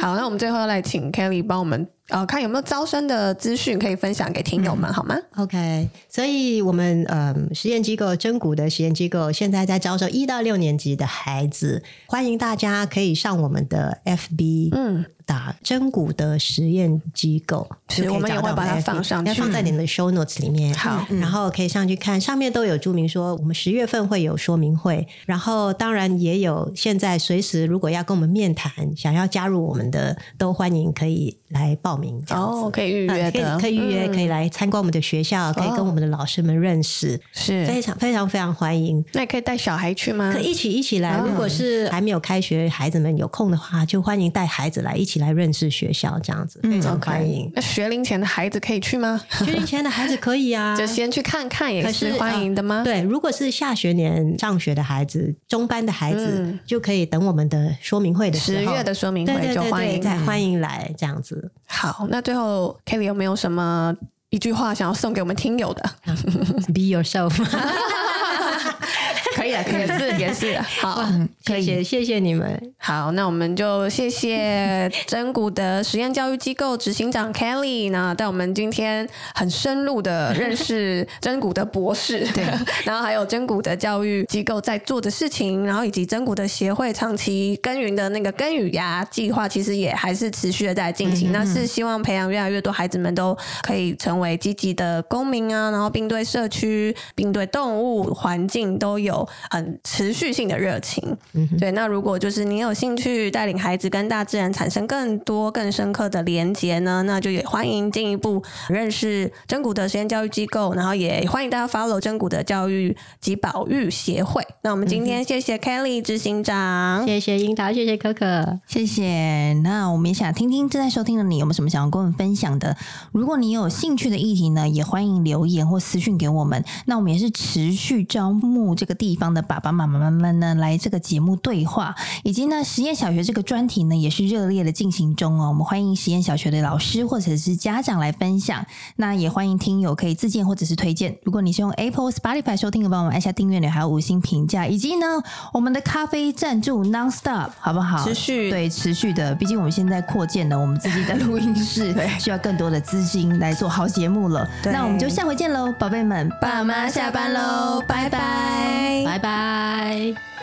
B: 好，那我们最后来请 Kelly 帮我们呃，看有没有招生的资讯可以分享给听友们，好吗？
C: OK，所以我们嗯实验机构真谷的实验机构现在在招收一到六年级的孩子，欢迎大家可以上我们的 FB，嗯，打真谷的实验机构，
B: 是
C: 就可以
B: 我们也
C: 找到
B: 会把它
C: FB
B: 放上去嗯
C: 要放在你们的 show notes 里面。嗯
B: 好
C: 然后可以上去看，上面都有注明说我们十月份会有说明会，然后当然也有现在随时如果要跟我们面谈，想要加入我们的都欢迎可以来报名这样子。
B: 哦，可以预约
C: 啊可以
B: 的，嗯哦
C: 可以预约，可以来参观我们的学校，可以跟我们的老师们认识，非
B: 是。
C: 常非常非常欢迎。
B: 那也可以带小孩去吗？
C: 可一起一起来，
B: 嗯
C: 如果是还没有开学，孩子们有空的话，就欢迎带孩子来一起来认识学校，这样子非常
B: 嗯 OK <laughs>
C: 欢迎。
B: 那学龄前的孩子可以去吗？
C: 学龄前的孩子可以啊，
B: 就先去看看，也
C: 可是
B: 欢迎的吗？
C: 对，如果是下学年上学的孩子，中班的孩子、
B: 嗯
C: 就可以等我们的说明会的时
B: 十
C: 候，
B: 月的说明
C: 对对
B: 会就
C: 对
B: 欢
C: 对，
B: 迎。
C: 再欢迎来这样
B: <laughs>
C: 子。
B: 好，那最后 Kelly 有没有什么一句话想要送给我们听友的？
C: Be yourself，
B: <laughs> 可以啊，可以啊，是也是啊。好，
C: <laughs>
A: 嗯
C: 谢谢谢谢你们，
B: 好，那我们就谢谢真古德实验教育机构执行长 Kelly 呢，带我们今天很深入的认识真古德博士，对， <laughs> 然后还有真古德教育机构在做的事情，然后以及真古德协会长期耕耘的那个耕雨芽计划，其实也还是持续的在进行。那是希望培养越来越多孩子们都可以成为积极的公民啊，然后并对社区、并对动物、环境都有很持续性的热情。对，那如果就是你有兴趣带领孩子跟大自然产生更多、更深刻的连结呢，那就也欢迎进一步认识真古德实验教育机构，然后也欢迎大家 follow 真古德教育及保育协会。那我们今天谢谢 Kelly 执行长，
C: 谢谢樱桃，谢谢可可。
A: 谢谢。那我们也想听听正在收听的你有没有什么想要跟我们分享的？如果你有兴趣的议题呢，也欢迎留言或私讯给我们。那我们也是持续招募这个地方的爸爸妈妈们呢，来这个节目对话，以及呢实验小学这个专题呢，也是热烈的进行中哦。我们欢迎实验小学的老师或者是家长来分享，那也欢迎听友可以自荐或者是推荐。如果你是用 Apple、Spotify 收听的，帮我们按下订阅钮，还有五星评价，以及呢我们的咖啡赞助 Non Stop，好不好？
B: 持续
A: 对持续的，毕竟我们现在扩建了我们自己的录音
B: <laughs>
A: 室，需要更多的资金来做好节目了。
B: 对
A: 那我们就下回见喽，宝贝们，
B: 爸妈下班喽，拜拜
C: 拜拜。